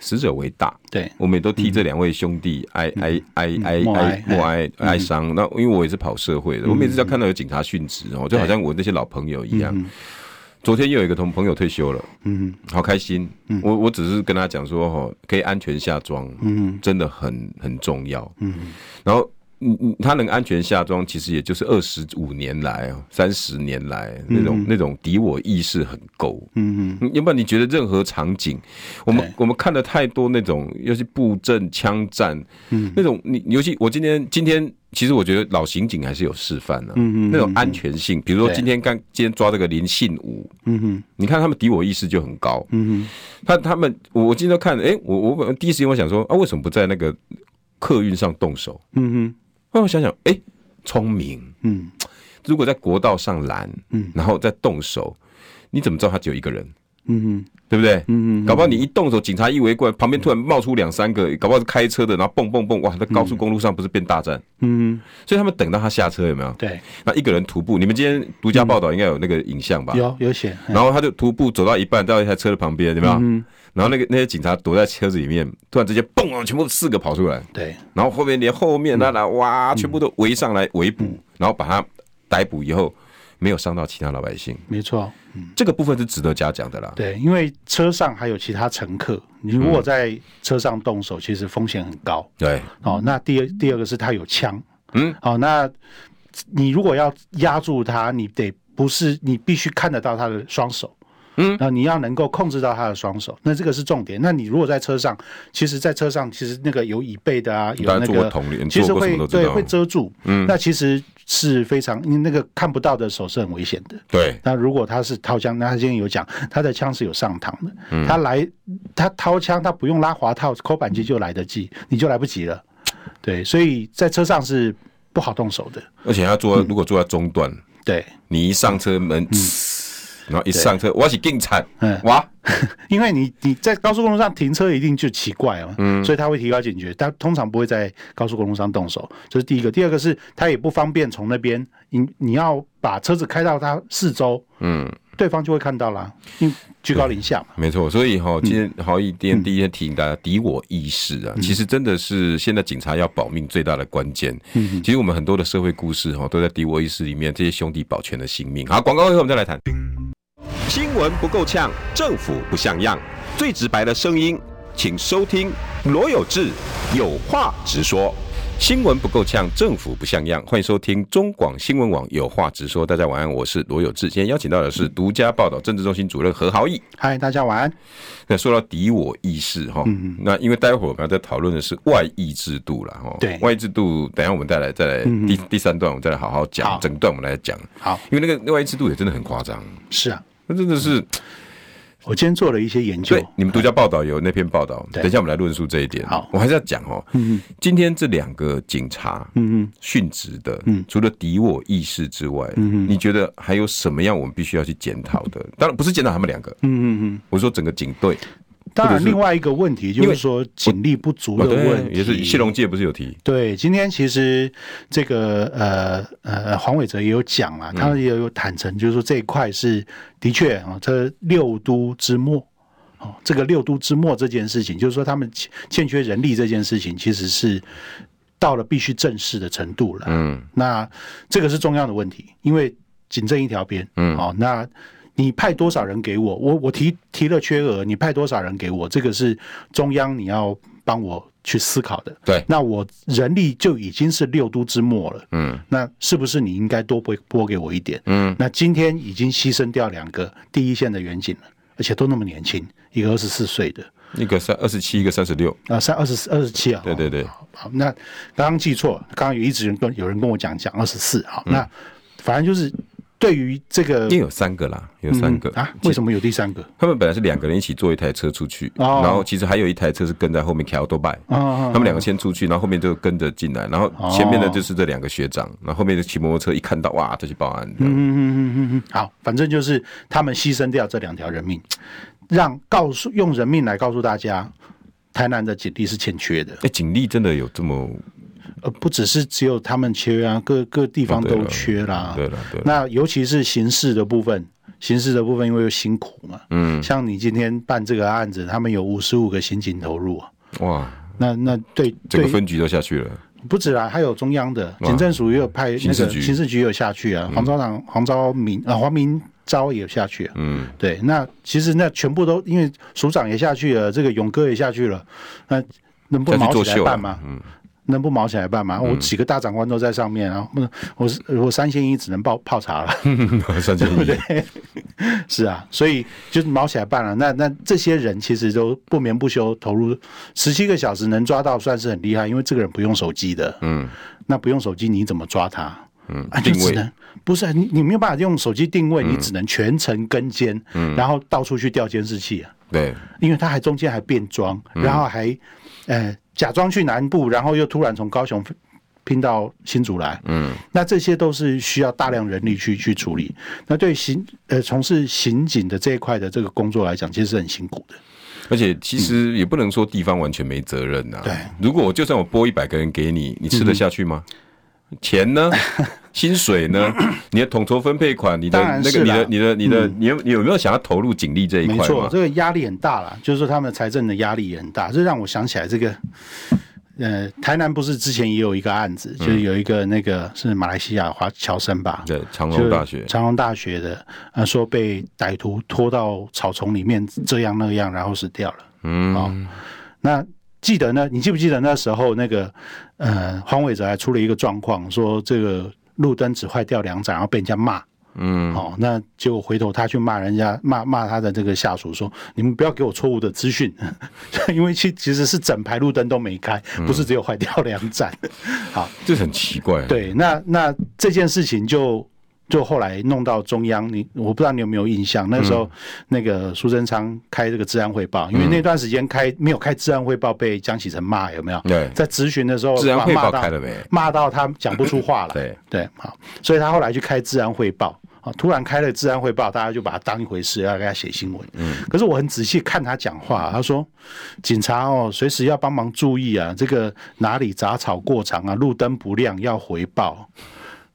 Speaker 1: 死者为大，
Speaker 2: 对
Speaker 1: 我们也都替这两位兄弟哀哀哀哀
Speaker 2: 默
Speaker 1: 哀哎嗯
Speaker 2: 哀
Speaker 1: 嗯默哀哀伤。那因为我也是跑社会的，我每次只要看到有警察殉职哦，就好像我那些老朋友一样。昨天又有一个同朋友退休了，嗯，好开心。我我只是跟他讲说，哦，可以安全下庄，嗯，真的很很重要，嗯。然后，嗯嗯，他能安全下庄，其实也就是二十五年来哦，三十年来那种那种敌我意识很够，嗯 (laughs) 嗯。要不然你觉得任何场景，我们
Speaker 2: 对
Speaker 1: 我们看了太多那种，尤其布阵、枪战，嗯，那种你尤其我今天今天。其实我觉得老刑警还是有示范的、嗯嗯，那种安全性，比如说
Speaker 2: 对
Speaker 1: 今天刚今天抓这个林信武，
Speaker 2: 嗯哼，
Speaker 1: 你看他们敌我意识就很高，
Speaker 2: 嗯
Speaker 1: 他他们，我我今天都看，诶，我我本第一时间我想说啊，为什么不在那个客运上动手？
Speaker 2: 哼，嗯哼，
Speaker 1: 后来我想想，诶，聪明，
Speaker 2: 嗯。
Speaker 1: 如果在国道上拦，嗯，然后再动手，你怎么知道他只有一个人？嗯，对不对？嗯嗯，搞不好你一动手，警察一围过来，旁边突然冒出两三个，搞不好是开车的，然后蹦蹦蹦，哇，那高速公路上不是变大战？
Speaker 2: 嗯，
Speaker 1: 所以他们等到他下车有没有？
Speaker 2: 对，
Speaker 1: 那一个人徒步，你们今天独家报道应该有那个影像吧？
Speaker 2: 有有写，
Speaker 1: 然后他就徒步走到一半，到一台车的旁边，对吧？然后那个那些警察躲在车子里面，突然之间蹦啊，全部四个跑出来，
Speaker 2: 对，
Speaker 1: 然后后面连后面那那哇，全部都围上来围捕，然后把他逮捕以后，没有伤到其他老百姓，
Speaker 2: 没错，
Speaker 1: 这个部分是值得嘉奖的啦。
Speaker 2: 对，因为车上还有其他乘客，你如果在车上动手，其实风险很高。
Speaker 1: 对，
Speaker 2: 哦，那第二第二个是他有枪，
Speaker 1: 嗯，
Speaker 2: 好、那你如果要压住他，你得不是你必须看得到他的双手，
Speaker 1: 嗯，
Speaker 2: 那你要能够控制到他的双手，那这个是重点。那你如果在车上，其实，在车上其实那个有椅背的啊，有
Speaker 1: 大家
Speaker 2: 那
Speaker 1: 坐过
Speaker 2: 个
Speaker 1: 同理，
Speaker 2: 其
Speaker 1: 坐
Speaker 2: 实
Speaker 1: 过什
Speaker 2: 会
Speaker 1: 么都知
Speaker 2: 对
Speaker 1: 道
Speaker 2: 会。遮住，嗯，那其实是非常你那个看不到的手是很危险的。
Speaker 1: 对，
Speaker 2: 那如果他是掏枪，那他今天有讲，他的枪是有上膛的，他来他掏枪，他不用拉滑套，扣扳机就来得及，你就来不及了。对，所以在车上是不好动手的。
Speaker 1: 而且要坐，如果坐在中段，
Speaker 2: 对， (laughs)
Speaker 1: 你一上车门，然后一上车，我是警察
Speaker 2: 嗯，
Speaker 1: 哇，
Speaker 2: 因为你你在高速公路上停车一定就奇怪嘛，所以他会提高警觉，他通常不会在高速公路上动手，这是第一个。第二个是他也不方便从那边，你你要把车子开到他四周，
Speaker 1: 嗯，
Speaker 2: 对方就会看到啦，因为居高临下嘛。
Speaker 1: 没错，所以哈、今天豪一店第一天提醒大家敌我意识啊，其实真的是现在警察要保命最大的关键。其实我们很多的社会故事哈、都在敌我意识里面，这些兄弟保全的性命。好，广告以后我们再来谈。新闻不够呛，政府不像样，最直白的声音，请收听罗有志有话直说。新闻不够呛，政府不像样，欢迎收听中广新闻网有话直说。大家晚安，我是罗有志。今天邀请到的是独家报道政治中心主任何豪毅。
Speaker 2: 嗨，大家晚安。
Speaker 1: 那说到敌我意识哈，那因为待会儿我们要再讨论的是外溢制度了哈。
Speaker 2: 对
Speaker 1: 外溢制度，等一下我们再来再来第第三段，我们再来嗯好好讲
Speaker 2: 好
Speaker 1: 整段，我们来讲。
Speaker 2: 好，
Speaker 1: 因为那个外溢制度也真的很夸张，
Speaker 2: 是啊，
Speaker 1: 那真的是
Speaker 2: 我今天做了一些研究
Speaker 1: 对。你们独家报道有那篇报道，
Speaker 2: 对
Speaker 1: 等一下我们来论述这一点。
Speaker 2: 好
Speaker 1: 我还是要讲哦，今天这两个警察，嗯嗯，殉职的，嗯，除了敌我意识之外，嗯嗯，你觉得还有什么样我们必须要去检讨的？当然不是检讨他们两个，
Speaker 2: 嗯嗯嗯。
Speaker 1: 我说整个警队，
Speaker 2: 当
Speaker 1: 或者
Speaker 2: 然，
Speaker 1: 是
Speaker 2: 另外一个问题就是说警力不足的
Speaker 1: 哦对
Speaker 2: 问题，
Speaker 1: 也是谢龙介不是有提，
Speaker 2: 对，今天其实这个呃呃，黄伟哲也有
Speaker 1: 嗯
Speaker 2: 讲啦，他也有坦诚，就是说这一块是的确啊、哦，这六都之末哦，这个六都之末这件事情，就是说他们欠欠缺人力这件事情，其实是到了必须正视的程度了。
Speaker 1: 嗯。
Speaker 2: 那这个是重要的问题，因为仅剩一条边，嗯，好、那。你派多少人给我？我我提提了缺额，你派多少人给我？这个是中央你要帮我去思考的。
Speaker 1: 对
Speaker 2: 那我人力就已经是六都之末了，
Speaker 1: 嗯，
Speaker 2: 那是不是你应该多拨拨给我一点？
Speaker 1: 嗯，
Speaker 2: 那今天已经牺牲掉两个第一线的远景了，而且都那么年轻，一个二十四岁的，
Speaker 1: 一个三二十七，一个三十六，
Speaker 2: 啊，三二十四、二十七啊，
Speaker 1: 对对对
Speaker 2: 好，好那刚刚记错，刚刚有一直人跟有人跟我讲讲二十四，好，那反正就是对于这个
Speaker 1: 因为有三个啦，有三个、
Speaker 2: 嗯啊，为什么有第三个？
Speaker 1: 他们本来是两个人一起坐一台车出去，
Speaker 2: 哦
Speaker 1: 然后其实还有一台车是跟在后面 c a l d o b y
Speaker 2: 啊啊
Speaker 1: 他们两个先出去，然后后面就跟着进来，然后
Speaker 2: 哦
Speaker 1: 前面的就是这两个学长，然后后面就骑摩托车一看到哇，就去报案。
Speaker 2: 嗯嗯嗯嗯嗯，好，反正就是他们牺牲掉这两条人命，让告诉用人命来告诉大家，台南的警力是欠缺的，
Speaker 1: 哎、警力真的有这么？
Speaker 2: 呃，不只是只有他们缺啊，各各地方
Speaker 1: 哦对
Speaker 2: 都
Speaker 1: 了
Speaker 2: 缺啦。
Speaker 1: 对了对了，
Speaker 2: 那尤其是刑事的部分，刑事的部分因为有辛苦嘛，
Speaker 1: 嗯，
Speaker 2: 像你今天办这个案子，他们有五十五个刑警投入啊，
Speaker 1: 哇，
Speaker 2: 那那对
Speaker 1: 整个
Speaker 2: 对，
Speaker 1: 分局都下去了。 (laughs)
Speaker 2: 不止啊，还有中央的警政署也有派
Speaker 1: 刑
Speaker 2: 那
Speaker 1: 事
Speaker 2: 个
Speaker 1: 局
Speaker 2: 刑事局也有下去啊，黄昭长、黄昭明啊、黄明昭也有下去啊，
Speaker 1: 嗯，
Speaker 2: 对，那其实那全部都因为署长也下去了，这个勇哥也下去了，那能不
Speaker 1: 下去
Speaker 2: 毛
Speaker 1: 作
Speaker 2: 起来
Speaker 1: 秀了
Speaker 2: 办吗？。
Speaker 1: 嗯，
Speaker 2: 能不毛起来办吗？我几个大长官都在上面啊，不，我是我三千一只能泡泡茶了。
Speaker 1: 三千一，
Speaker 2: 是啊，所以就是毛起来办了、那那这些人其实都不眠不休投入十七个小时，能抓到算是很厉害，因为这个人不用手机的。
Speaker 1: 嗯
Speaker 2: 那不用手机你怎么抓他？
Speaker 1: 嗯
Speaker 2: 啊，，就
Speaker 1: 定
Speaker 2: 只
Speaker 1: 位嗯
Speaker 2: 能不是啊你你没有办法用手机定位，你只能全程跟监，然后到处去调监视器啊，
Speaker 1: 对，
Speaker 2: 因为他还中间
Speaker 1: 嗯
Speaker 2: 还变装，然后还呃假装去南部，然后又突然从高雄。拼到新竹来，
Speaker 1: 嗯，
Speaker 2: 那这些都是需要大量人力去去处理。那对刑呃从事刑警的这一块的这个工作来讲，其实是很辛苦的。
Speaker 1: 而且其实也不能说地方完全没责任呐、
Speaker 2: 对，嗯
Speaker 1: 如果我就算我拨一百个人给你，你吃得下去吗？钱
Speaker 2: (laughs)
Speaker 1: 呢？薪水呢？你的统筹分配款，你的
Speaker 2: 当然
Speaker 1: 那
Speaker 2: 是
Speaker 1: 个，你的
Speaker 2: 啦嗯
Speaker 1: 你的你的，你有你有没有想要投入警力这一
Speaker 2: 没
Speaker 1: 块
Speaker 2: 错，
Speaker 1: 吗？
Speaker 2: 这个压力很大啦，就是说他们财政的压力也很大，这让我想起来这个。呃，台南不是之前也有一个案子，
Speaker 1: 嗯
Speaker 2: 就是有一个那个是马来西亚华侨生吧，
Speaker 1: 对，长
Speaker 2: 就
Speaker 1: 隆
Speaker 2: 是
Speaker 1: 大学，
Speaker 2: 长隆大学的，呃，说被歹徒拖到草丛里面这样那样，然后死掉了。
Speaker 1: 嗯，
Speaker 2: 哦那记得呢？你记不记得那时候那个呃，黄伟哲还出了一个状况，说这个路灯只坏掉两盏，然后被人家骂。
Speaker 1: 嗯，
Speaker 2: 哦，那结果回头他去骂人家，骂骂他的这个下属说：“你们不要给我错误的资讯， (laughs) 因为其其实是整排路灯都没开，不
Speaker 1: 嗯
Speaker 2: 是只有坏掉两盏。
Speaker 1: 这很奇怪。，啊
Speaker 2: 对，那那这件事情就就后来弄到中央，你我不知道你有没有印象，那
Speaker 1: 嗯
Speaker 2: 时候、那个苏贞昌开这个治安汇报，因为那段时间开没有开治安汇报，被江启臣骂有没有？
Speaker 1: 对
Speaker 2: 在咨询的时候
Speaker 1: 嗯治安汇
Speaker 2: 骂
Speaker 1: 报
Speaker 2: 到
Speaker 1: 开了没？
Speaker 2: 骂到他讲不出话
Speaker 1: (laughs)
Speaker 2: 来。
Speaker 1: 对
Speaker 2: 对，好，所以他后来去开治安汇报。啊，突然开了治安汇报，大家就把他当一回事，要给他写新闻。嗯，可是我很仔细看他讲话，他说：“警察哦，随时要帮忙注意啊，这个哪里杂草过长啊，路灯不亮要回报。”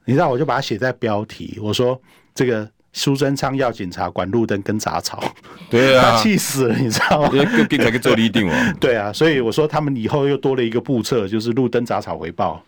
Speaker 2: 你知道，我就把它写在标题，我说：“这个苏贞昌要警察管路灯跟杂草。
Speaker 1: 对
Speaker 2: 他
Speaker 1: 啊，
Speaker 2: 气死了，你知道吗？
Speaker 1: 要跟跟才跟做立定
Speaker 2: (laughs)
Speaker 1: 哦，
Speaker 2: 对啊，所以我说他们以后又多了一个步骤，就是路灯杂草回报。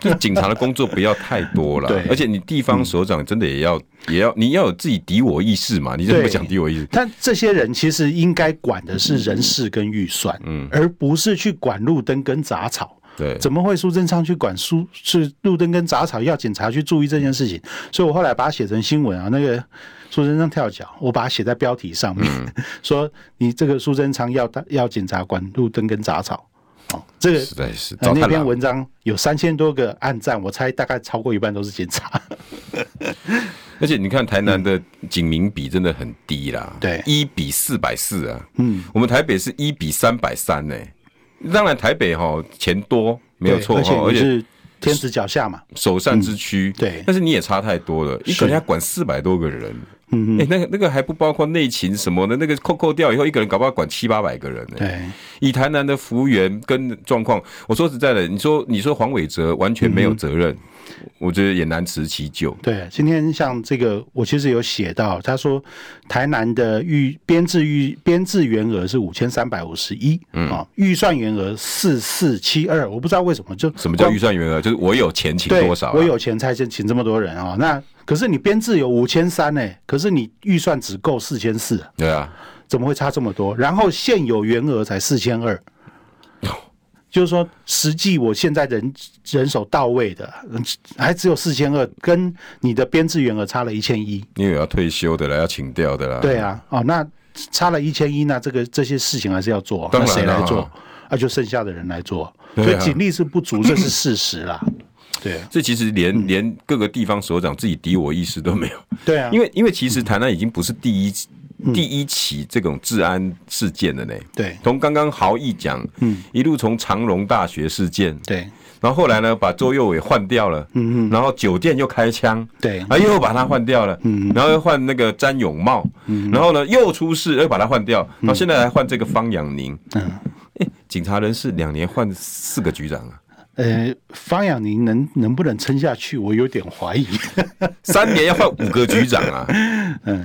Speaker 1: 就是警察的工作不要太多了
Speaker 2: 对，
Speaker 1: 而且你地方首长真的也要也要你要有自己敌我意识嘛，你怎么
Speaker 2: 对
Speaker 1: 讲敌我意识？
Speaker 2: 但这些人其实应该管的是人事跟预算，嗯，而不是去管路灯跟杂草。
Speaker 1: 对，
Speaker 2: 怎么会苏贞昌去管苏是路灯跟杂草，要警察去注意这件事情？所以我后来把它写成新闻啊，那个苏贞昌跳脚，我把它写在标题上面，
Speaker 1: 嗯
Speaker 2: (laughs) 说你这个苏贞昌要要警察管路灯跟杂草，哦，这个
Speaker 1: 实在是
Speaker 2: 呃
Speaker 1: 糟
Speaker 2: 那
Speaker 1: 蹋
Speaker 2: 篇
Speaker 1: 了。
Speaker 2: 文章有三千多个暗赞，我猜大概超过一半都是警察。
Speaker 1: 而且你看台南的警民比真的很低啦，
Speaker 2: 对
Speaker 1: 一比四百四啊，
Speaker 2: 嗯，
Speaker 1: 我们台北是一比三百三呢。当然台北哈钱多没有错
Speaker 2: 对
Speaker 1: 哈，
Speaker 2: 而
Speaker 1: 而
Speaker 2: 且你
Speaker 1: 且
Speaker 2: 是天子脚下嘛，
Speaker 1: 首善之区，
Speaker 2: 对
Speaker 1: 但是你也差太多了，一个人要管四百多个人。嗯，哎、那个那个还不包括内勤什么的，那个扣扣掉以后，一个人搞不好管七八百个人呢、
Speaker 2: 对。
Speaker 1: 以台南的服务员跟状况，我说实在的，你说你说黄伟哲完全
Speaker 2: 嗯
Speaker 1: 没有责任，我觉得也难辞其咎。
Speaker 2: 对，今天像这个，我其实有写到，他说台南的预编制预编制员额是五千三百五十一，
Speaker 1: 嗯
Speaker 2: 啊，预算员额四四七二，我不知道为什么就
Speaker 1: 什么叫
Speaker 2: 光
Speaker 1: 预算员额？就是我有钱请
Speaker 2: 对
Speaker 1: 多少、啊？
Speaker 2: 我有钱才请请这么多人啊、那可是你编制有五千三呢，可是你预算只够四千四，
Speaker 1: 对啊，
Speaker 2: 怎么会差这么多？然后现有员额才四千二。就是说，实际我现在人人手到位的，嗯还只有四千二，跟你的编制员额差了一千一。
Speaker 1: 因为有要退休的啦，要请掉的啦。
Speaker 2: 对啊，哦，那差了一千一，那这个这些事情还是要做，
Speaker 1: 当
Speaker 2: 那
Speaker 1: 然
Speaker 2: 谁
Speaker 1: 了
Speaker 2: 来做
Speaker 1: 哈？
Speaker 2: 啊，就剩下的人来做，
Speaker 1: 对啊
Speaker 2: 所以警力是不足，这是事实
Speaker 1: (clears throat)
Speaker 2: 啦。对啊
Speaker 1: 这其实连连各个地方首长自己敌我意识都没有，
Speaker 2: 对啊，
Speaker 1: (laughs) 因
Speaker 2: 为
Speaker 1: 为因为其实台南已经不是第一
Speaker 2: 嗯
Speaker 1: 第一起这种治安事件了呢。
Speaker 2: 对
Speaker 1: 从刚刚豪毅讲，嗯，一路从长隆大学事件，
Speaker 2: 对
Speaker 1: 然后后来呢把周佑伟换掉了，嗯嗯，然后酒店又开枪，
Speaker 2: 对
Speaker 1: 啊，又把他换掉了，嗯，然后又换那个詹永茂，嗯，然后呢又出事，又把他换掉，然后现在还换这个方养宁，嗯，警察人事两年换四个局长啊，
Speaker 2: 呃，方养宁能能不能撑下去，我有点怀疑。
Speaker 1: 三年要换五个局长 (laughs) 啊，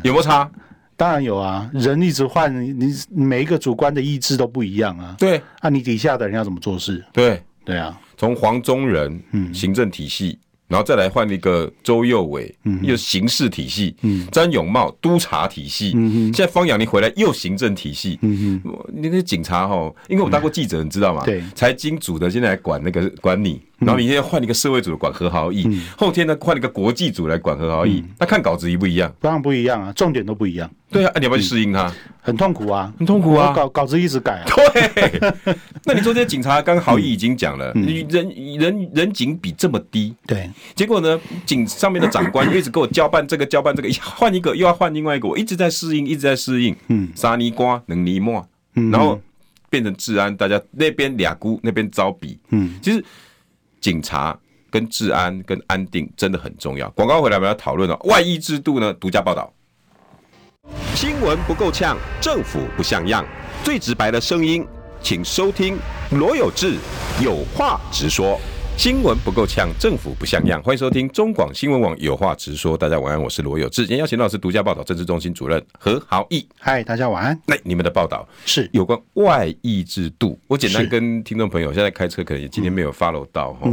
Speaker 1: 有没有差？
Speaker 2: 当然有啊，人一直换，你你每一个主观的意志都不一样啊。
Speaker 1: 对
Speaker 2: 啊，你底下的人要怎么做事？
Speaker 1: 对，
Speaker 2: 对啊，
Speaker 1: 从黄宗仁，行政体系，然后再来换一个周佑伟，又刑事体系，詹永茂督察体系，现在方养林回来又行政体系，我你那警察哈，因为我当过记者，你知道吗？
Speaker 2: 对
Speaker 1: 财经组的现在来管那个管你，然后明天换一个社会组管何豪毅，后天呢换一个国际组来管何豪毅，那看稿子一不一样？
Speaker 2: 当然不一样啊，重点都不一样，
Speaker 1: 对啊，啊你要不要去适应他？
Speaker 2: 很痛苦啊，
Speaker 1: 很痛苦啊
Speaker 2: 我稿稿子一直改啊。
Speaker 1: (laughs) 对， (laughs) 那你说这些警察，刚刚豪毅已经讲了，人人人警比这么低，
Speaker 2: 对，
Speaker 1: 结果呢，警上面的长官又一直给我交办这个交办这个，换一个又要换另外一个，我一直在适应，一 (laughs) 直在适应，嗯，沙泥瓜能泥沫，然后变成治安，大家那边俩姑那边招比，嗯，其实警察跟治安、跟安定真的很重要。广告回来我们要讨论哦，外衣制度呢，独家报道。新闻不够呛，政府不像样，最直白的声音，请收听罗有志有话直说。新闻不够呛，政府不像样。欢迎收听中广新闻网有话直说。大家晚安，我是罗有志。今天邀请到的是独家报道政治中心主任何豪毅。
Speaker 2: 嗨，大家晚安。
Speaker 1: 来，你们的报道
Speaker 2: 是
Speaker 1: 有关外溢制度，我简单
Speaker 2: 是嗯
Speaker 1: 跟听众朋友，现在开车可能也今天没有 follow 到哈。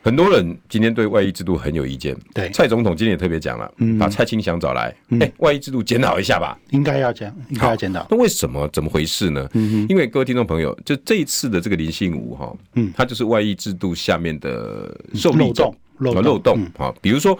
Speaker 1: 很多人今天对外溢制度很有意见，
Speaker 2: 对嗯
Speaker 1: 蔡总统今天也特别讲了，把蔡清祥找来，哎，外溢制度检讨一下吧。
Speaker 2: 应该要讲，应该要检讨。
Speaker 1: 啊那为什么怎么回事呢？
Speaker 2: 嗯
Speaker 1: 因为各位听众朋友，就这一次的这个林信武哈，他就是外溢制度下面的受力者
Speaker 2: 嗯漏洞嗯
Speaker 1: 啊
Speaker 2: 漏洞
Speaker 1: 漏洞啊，比如说。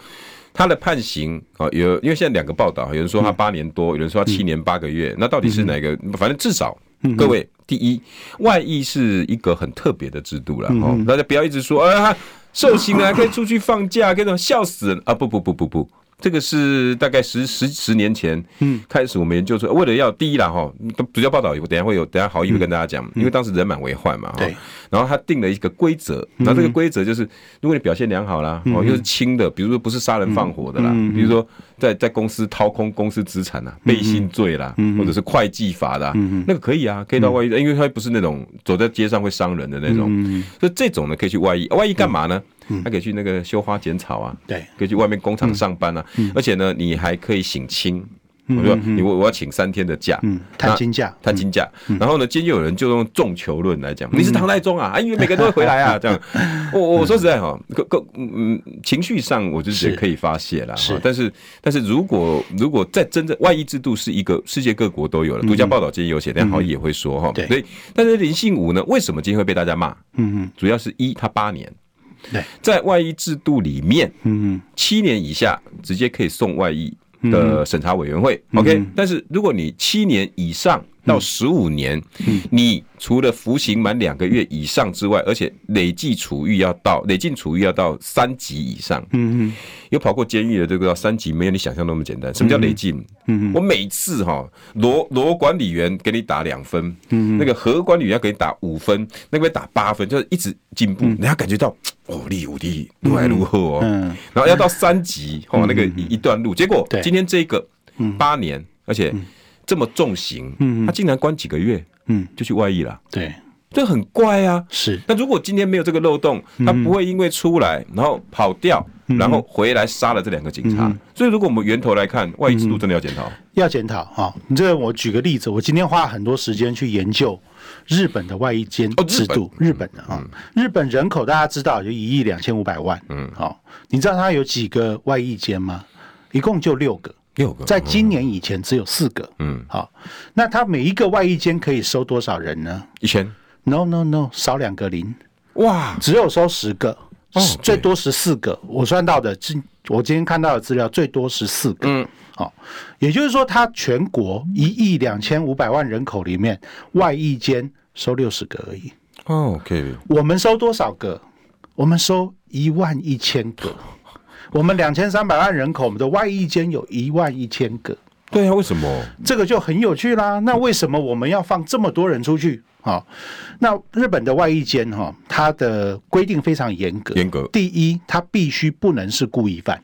Speaker 1: 他的判刑啊，有因为现在两个报道，有人
Speaker 2: 嗯
Speaker 1: 说他八年多，有人说他七年八个月，那到底是哪个？反正至少
Speaker 2: 嗯
Speaker 1: 各位，第一，外溢是一个很特别的制度
Speaker 2: 嗯
Speaker 1: 了哦，大家不要一直说啊，受刑了还可以出去放假，跟种笑死人啊！不不不不不。这个是大概十十十年前，嗯，开始我们研究出来，为了要第一啦哈，主要报道有，等一下会有，等一下好意会跟大家讲，因为当时人满为患嘛，哈
Speaker 2: 对，
Speaker 1: 然后他定了一个规则，然后这个规则就是，如果你表现良好啦，哦，又是轻的，比如说不是杀人放火的啦，比如说在在公司掏空公司资产啦，啊背信罪啦，或者是会计法啦，那个可以啊，可以到外遇，因为他不是那种走在街上会伤人的那种，所以这种呢可以去外遇，外遇干嘛呢？他可以去那个修花剪草啊，
Speaker 2: 对，
Speaker 1: 可以去外面工厂上班啊，
Speaker 2: 嗯
Speaker 1: 而且呢，你还可以请亲。我说你我我要请三天的假，
Speaker 2: 嗯，探亲假，
Speaker 1: 探亲假，然后呢，今天有人就用重球论来
Speaker 2: 嗯
Speaker 1: 讲，你是唐太宗
Speaker 2: (laughs)
Speaker 1: 啊，啊，因为每个人都会回来啊，这样。我我说实在哈，个个嗯，情绪上我就是
Speaker 2: 是
Speaker 1: 可以发泄啦，
Speaker 2: 是
Speaker 1: 哈但是但是如果如果在真正外衣制度是一个世界各国都有
Speaker 2: 嗯
Speaker 1: 了，独家报道今天有写，但好像也会说哈，
Speaker 2: 对
Speaker 1: 所以但是林信武呢，为什么今天会被大家骂？
Speaker 2: 嗯嗯，
Speaker 1: 主要是一他八年，
Speaker 2: 对，
Speaker 1: 在外衣制度里面，
Speaker 2: 嗯
Speaker 1: 七年以下直接可以送外役的审查委员会、o k 但是如果你七年以上到十五年，你除了服刑满两个月以上之外，而且累计处遇要到累进处遇要到三级以上，
Speaker 2: 嗯嗯
Speaker 1: 有跑过监狱的这个三级没有你想象那么简单。什么叫累进？
Speaker 2: 嗯
Speaker 1: 我每次哈罗罗管理员给你打两分，
Speaker 2: 嗯
Speaker 1: 那个何管理员要给你打五分，那个会打八分，就是一直进步，人家感觉到哦，力无力如来如何哦，
Speaker 2: 嗯
Speaker 1: 然后要到三级哦，那个一一段路，结果
Speaker 2: 对嗯
Speaker 1: 今天这个八年，而且这么重刑，他竟然关几个月
Speaker 2: 嗯，
Speaker 1: 就去外役了，
Speaker 2: 对，
Speaker 1: 这很怪啊。
Speaker 2: 是，
Speaker 1: 那如果今天没有这个漏洞，
Speaker 2: 嗯
Speaker 1: 他不会因为出来然后跑掉，然后回来杀了这两个警察。
Speaker 2: 嗯
Speaker 1: 所以如果我们源头来看，外衣制度真的要检讨。
Speaker 2: 要检讨哈。你这我举个例子，我今天花很多时间去研究日本的外衣监
Speaker 1: 哦日
Speaker 2: 制
Speaker 1: 本嗯
Speaker 2: 度，日本的啊，日本人口大家知道有一亿两千五百万，嗯，好，你知道它有几个外衣监吗？一共就六个，
Speaker 1: 六个
Speaker 2: 在今年以前只有四个，
Speaker 1: 嗯，
Speaker 2: 好，那它每一个外衣监可以收多少人呢
Speaker 1: 一千，
Speaker 2: ？No No No，少两个零，
Speaker 1: 哇，
Speaker 2: 只有收十个，
Speaker 1: 哦
Speaker 2: 十最多十四个。我算到的，今我今天看到的资料最多十四个。
Speaker 1: 嗯，
Speaker 2: 好、也就是说，它全国一亿两千五百万人口里面，外役间收六十个而已。
Speaker 1: 哦，OK，
Speaker 2: 我们收多少个？我们收一万一千个。我们两千三百万人口，我们的外役间有一万一千个。
Speaker 1: 对啊，为什么？
Speaker 2: 这个就很有趣啦。那为什么我们要放这么多人出去？啊、那日本的外役监哈，它的规定非常严格。
Speaker 1: 严格
Speaker 2: 第一，它必须不能是故意犯，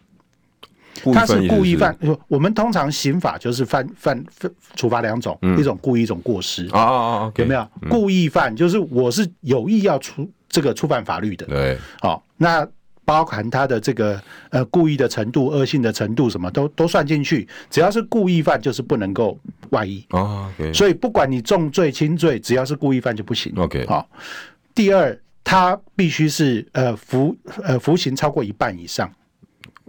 Speaker 1: 故
Speaker 2: 他是故意犯。就我们通常刑法就是犯犯犯处罚两种，一种故意，一种过失。
Speaker 1: 啊啊啊，OK，
Speaker 2: 有没有？故意犯就是我是有意要出这个触犯法律的。
Speaker 1: 对，
Speaker 2: 好、那包含他的这个呃故意的程度、恶性的程度，什么都都算进去。只要是故意犯，就是不能够外衣。
Speaker 1: 啊，OK，
Speaker 2: 所以不管你重罪轻罪，只要是故意犯就不行。
Speaker 1: OK
Speaker 2: 好、第二，他必须是呃服呃服刑超过一半以上，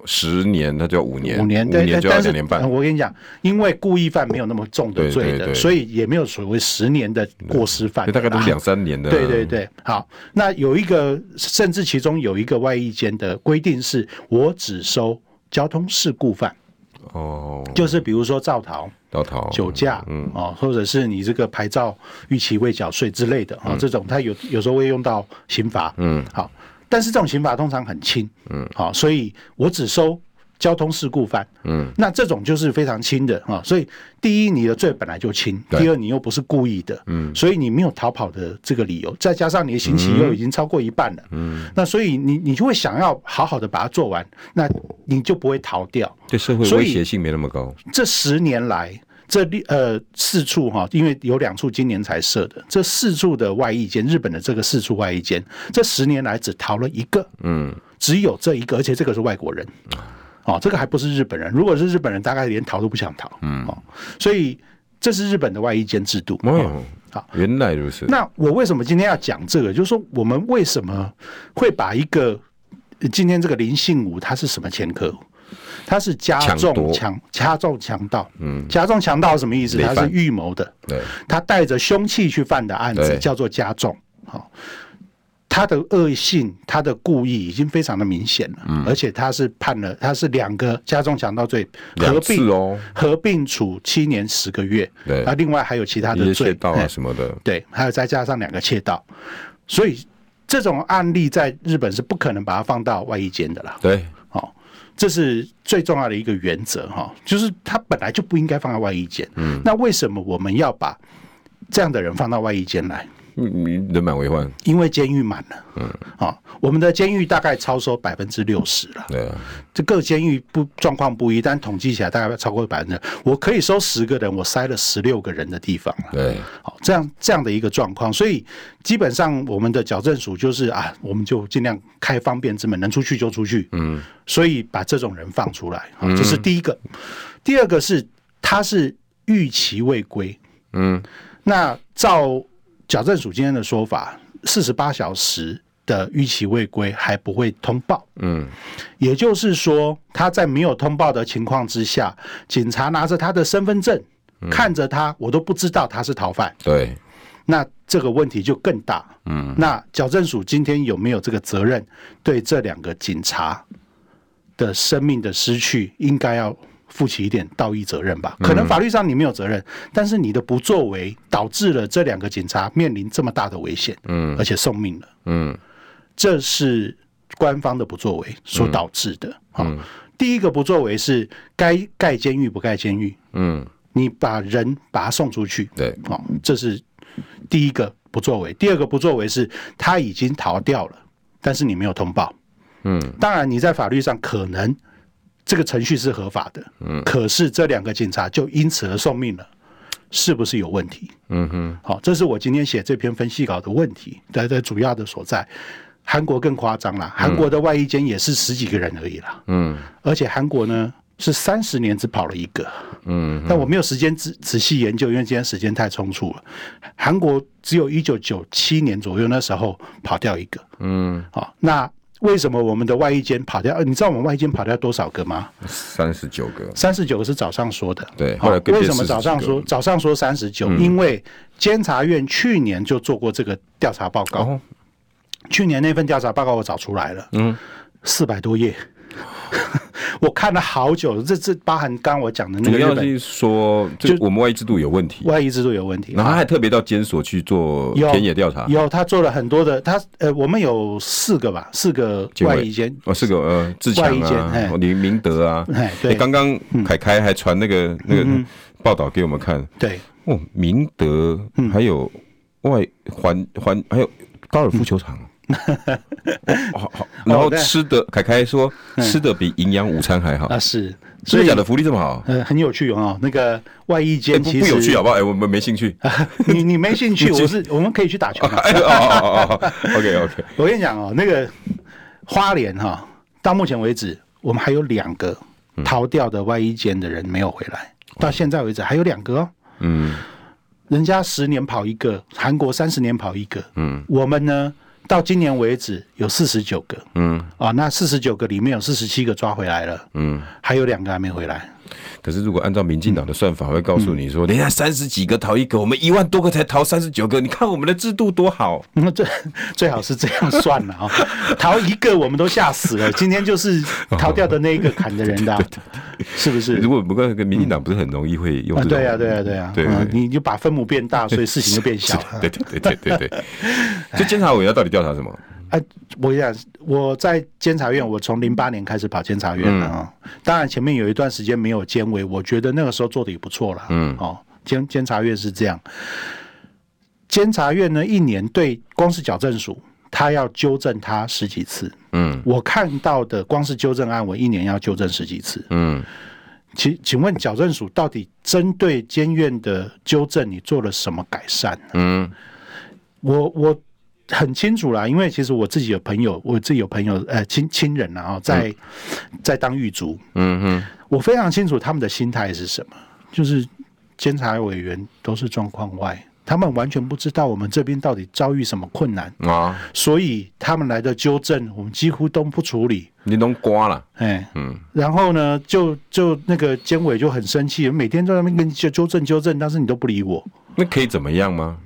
Speaker 1: 十年那就要五年，
Speaker 2: 五年，
Speaker 1: 五
Speaker 2: 对
Speaker 1: 年就要
Speaker 2: 但是
Speaker 1: 两年半
Speaker 2: 呃。我跟你讲，因为故意犯没有那么重
Speaker 1: 对
Speaker 2: 的罪
Speaker 1: 对
Speaker 2: 的，
Speaker 1: 对
Speaker 2: 所以也没有所谓十年的过失犯
Speaker 1: 就，大概都是两
Speaker 2: 啊。
Speaker 1: 三年的，
Speaker 2: 对对，对，好，那有一个，甚至其中有一个外役间的规定是，我只收交通事故犯，
Speaker 1: 哦，
Speaker 2: 就是比如说造逃，
Speaker 1: 到逃
Speaker 2: 酒驾，嗯，哦，或者是你这个牌照逾期未缴税之类的啊、这种它有有时候会用到哦刑罚，嗯，好，但是这种刑罚通常很轻，嗯，好，所以我只收交通事故犯，
Speaker 1: 嗯，
Speaker 2: 那这种就是非常轻的啊、所以第一，你的罪本来就轻；
Speaker 1: 对
Speaker 2: 第二，你又不是故意的，嗯，所以你没有逃跑的这个理由，再加上你的刑期又已经超过一半了，嗯，那所以你你就会想要好好的把它做完，那你就不会逃掉。
Speaker 1: 对社会
Speaker 2: 所
Speaker 1: 威
Speaker 2: 以
Speaker 1: 胁性没那么高。
Speaker 2: 这十年来，这六呃四处哈，因为有两处今年才设的，这四处的外役监，日本的这个四处外役监，这十年来只逃了一个，
Speaker 1: 嗯，
Speaker 2: 只有这一个，而且这个是外国人，哦，这个还不是日本人，如果是日本人，大概连逃都不想逃，嗯，哦，所以这是日本的外役监制度，
Speaker 1: 哦，
Speaker 2: 好，
Speaker 1: 原来如此。
Speaker 2: 那我为什么今天要讲这个？就是说，我们为什么会把一个呃今天这个林信武他是什么前科？他是加
Speaker 1: 抢夺
Speaker 2: 重强加重强盗，嗯，加重强盗是什么意思？
Speaker 1: 累犯
Speaker 2: 他是预谋的，
Speaker 1: 对，
Speaker 2: 他带着凶器去犯的案
Speaker 1: 对
Speaker 2: 子叫做加重，好、他的恶性，他的故意已经非常的明显了，
Speaker 1: 嗯
Speaker 2: 而且他是判了，他是两个加重强盗罪合
Speaker 1: 两次
Speaker 2: 并
Speaker 1: 哦
Speaker 2: 合并处七年十个月，
Speaker 1: 对
Speaker 2: 那另外还有其他
Speaker 1: 一
Speaker 2: 的
Speaker 1: 些
Speaker 2: 罪哎
Speaker 1: 窃盗
Speaker 2: 嘿
Speaker 1: 啊什么的，
Speaker 2: 对，还有再加上两个窃盗，所以这种案例在日本是不可能把它放到外衣间的啦。
Speaker 1: 对，
Speaker 2: 哦，这是最重要的一个原则哈、就是它本来就不应该放在外衣间。嗯，那为什么我们要把这样的人放到外衣间来？
Speaker 1: 嗯人满为患，
Speaker 2: 因为监狱满了，嗯，哦，我们的监狱大概超收百分之六十了。
Speaker 1: 对啊，
Speaker 2: 这各监狱不状况不一，但统计起来大概超过百分之，我可以收十个人，我塞了十六个人的地方了。
Speaker 1: 对，
Speaker 2: 好，这样这样的一个状况，所以基本上我们的矫正署就是啊，我们就尽量开方便之门，能出去就出去。嗯，所以把这种人放出来，啊这是第一个。第二个是他是逾期未归。
Speaker 1: 嗯，
Speaker 2: 那照矫正署今天的说法，四十八小时的逾期未归还不会通报。
Speaker 1: 嗯，
Speaker 2: 也就是说，他在没有通报的情况之下，警察拿着他的身份证。看着他，我都不知道他是逃犯。
Speaker 1: 对，
Speaker 2: 那这个问题就更大。嗯，那矫正署今天有没有这个责任对这两个警察的生命的失去，应该要负起一点道义责任吧？可能法律上你没有责任，但是你的不作为导致了这两个警察面临这么大的危险，嗯，而且送命了，
Speaker 1: 嗯，
Speaker 2: 这是官方的不作为所导致的。啊、第一个不作为是该盖监狱不盖监狱，
Speaker 1: 嗯，
Speaker 2: 你把人把他送出去，
Speaker 1: 对，
Speaker 2: 哦，这是第一个不作为。第二个不作为是他已经逃掉了，但是你没有通报。
Speaker 1: 嗯，
Speaker 2: 当然你在法律上可能这个程序是合法的，嗯，可是这两个警察就因此而送命了，是不是有问题？
Speaker 1: 嗯哼，
Speaker 2: 好、这是我今天写这篇分析稿的问题的的主要的所在。韩国更夸张啦，韩国的外衣间也是十几个人而已啦，
Speaker 1: 嗯
Speaker 2: 而且韩国呢是三十年只跑了一个，
Speaker 1: 嗯，
Speaker 2: 但我没有时间仔仔细研究，因为今天时间太匆促了。韩国只有一九九七年左右那时候跑掉一个，
Speaker 1: 嗯，
Speaker 2: 好、那为什么我们的外衣间跑掉？呃你知道我们外衣间跑掉多少个吗？
Speaker 1: 三十九个，
Speaker 2: 三十九个是早上说的，
Speaker 1: 嗯对
Speaker 2: 好
Speaker 1: 后来更变
Speaker 2: 为什么早上
Speaker 1: 49
Speaker 2: 说早上说三十
Speaker 1: 嗯
Speaker 2: 九？因为监察院去年就做过这个调查报告，
Speaker 1: 哦，
Speaker 2: 去年那份调查报告我找出来了，
Speaker 1: 嗯，
Speaker 2: 四百
Speaker 1: (laughs)
Speaker 2: 多页。我看了好久，这这包含刚刚我讲的那
Speaker 1: 主
Speaker 2: 个日
Speaker 1: 要
Speaker 2: 本
Speaker 1: 是说这我们外衣制度有问题，
Speaker 2: 外衣制度有问题，
Speaker 1: 然后他还特别到监所去做
Speaker 2: 有
Speaker 1: 田野调查，
Speaker 2: 有，他做了很多的，他呃，我们有四个吧，四个
Speaker 1: 监
Speaker 2: 外
Speaker 1: 委
Speaker 2: 衣间，
Speaker 1: 哦，是个呃志强
Speaker 2: 外衣间
Speaker 1: 啊
Speaker 2: 哎，
Speaker 1: 哦林明德啊，
Speaker 2: 哎，
Speaker 1: 哎，
Speaker 2: 对嗯
Speaker 1: 刚刚凯凯还传那个那个报道给我们看，
Speaker 2: 对
Speaker 1: 哦，明德
Speaker 2: 嗯
Speaker 1: 还有外环环还有高尔夫球场。 (laughs) 哦好好，然后
Speaker 2: 嗯对嗯
Speaker 1: 吃的，凯凯说吃的比营养午餐还好
Speaker 2: 啊，是，
Speaker 1: 所
Speaker 2: 所
Speaker 1: 以
Speaker 2: 以
Speaker 1: 假的福利这么好，
Speaker 2: 呃很有趣哦，那个外衣
Speaker 1: 哎
Speaker 2: 间
Speaker 1: 不
Speaker 2: 其
Speaker 1: 不
Speaker 2: 实
Speaker 1: 有趣好不好？哎，我们没兴
Speaker 2: (laughs)
Speaker 1: 趣。
Speaker 2: 你你没兴
Speaker 1: (laughs)
Speaker 2: 趣，我是我们可以去打球嘛。
Speaker 1: 哎哦哦哦哦，OK OK，
Speaker 2: 我跟你讲哦，那个花莲哈、到目前为止，我们还有两个
Speaker 1: 嗯
Speaker 2: 逃掉的外衣间的人没有回来，到现在为止还有两个哦。
Speaker 1: 哦嗯
Speaker 2: 人家十年跑一个，韩国三十年跑一个，
Speaker 1: 嗯，
Speaker 2: 我们呢到今年为止有四十九个，
Speaker 1: 嗯
Speaker 2: 啊，那四十九个里面有四十七个抓回来了，
Speaker 1: 嗯。
Speaker 2: 还有两个还没回来。 (laughs)
Speaker 1: 可是如果按照民进党的算法，会告诉你说，
Speaker 2: 嗯
Speaker 1: 人家三十几个逃一个，我们一万多个才逃三十九个，你看我们的制度多好。
Speaker 2: 那最最好是这样算了
Speaker 1: (laughs)
Speaker 2: 啊、逃一个我们都吓死了。今天就是逃掉的那一个砍的
Speaker 1: (laughs)
Speaker 2: 人的啊、是不是
Speaker 1: 如？果不过民进党不是很容易会用
Speaker 2: 啊，
Speaker 1: 这种
Speaker 2: 对呀、对呀、对呀、
Speaker 1: 对对
Speaker 2: 嗯
Speaker 1: 对
Speaker 2: 你就
Speaker 1: (laughs)
Speaker 2: 把分母变大，所以事情就变小了。
Speaker 1: 对对对对对对，就监察委要到底调查什么？
Speaker 2: 啊，我跟你讲，我在监察院，我从零八年开始跑监察院
Speaker 1: 嗯
Speaker 2: 了啊、当然前面有一段时间没有监委，我觉得那个时候做的也不错啦。
Speaker 1: 嗯
Speaker 2: 哦，监监察院是这样，监察院呢一年对光是矫正署，他要纠正他十几次。
Speaker 1: 嗯
Speaker 2: 我看到的光是纠正案，我一年要纠正十几次。
Speaker 1: 嗯
Speaker 2: 请请问矫正署到底针对监院的纠正，你做了什么改善？
Speaker 1: 嗯
Speaker 2: 我我很清楚啦，因为其实我自己有朋友，我自己有朋友呃亲亲人啊，在在当狱卒，
Speaker 1: 嗯嗯
Speaker 2: 我非常清楚他们的心态是什么，就是监察委员都是状况外，他们完全不知道我们这边到底遭遇什么困难，
Speaker 1: 嗯啊，
Speaker 2: 所以他们来的纠正，我们几乎都不处理。
Speaker 1: 你拢刮了，
Speaker 2: 哎，
Speaker 1: 嗯
Speaker 2: 然后呢，就就那个监委就很生气，每天都在那边跟你纠纠正纠正，但是你都不理我。
Speaker 1: 那可以怎么样吗？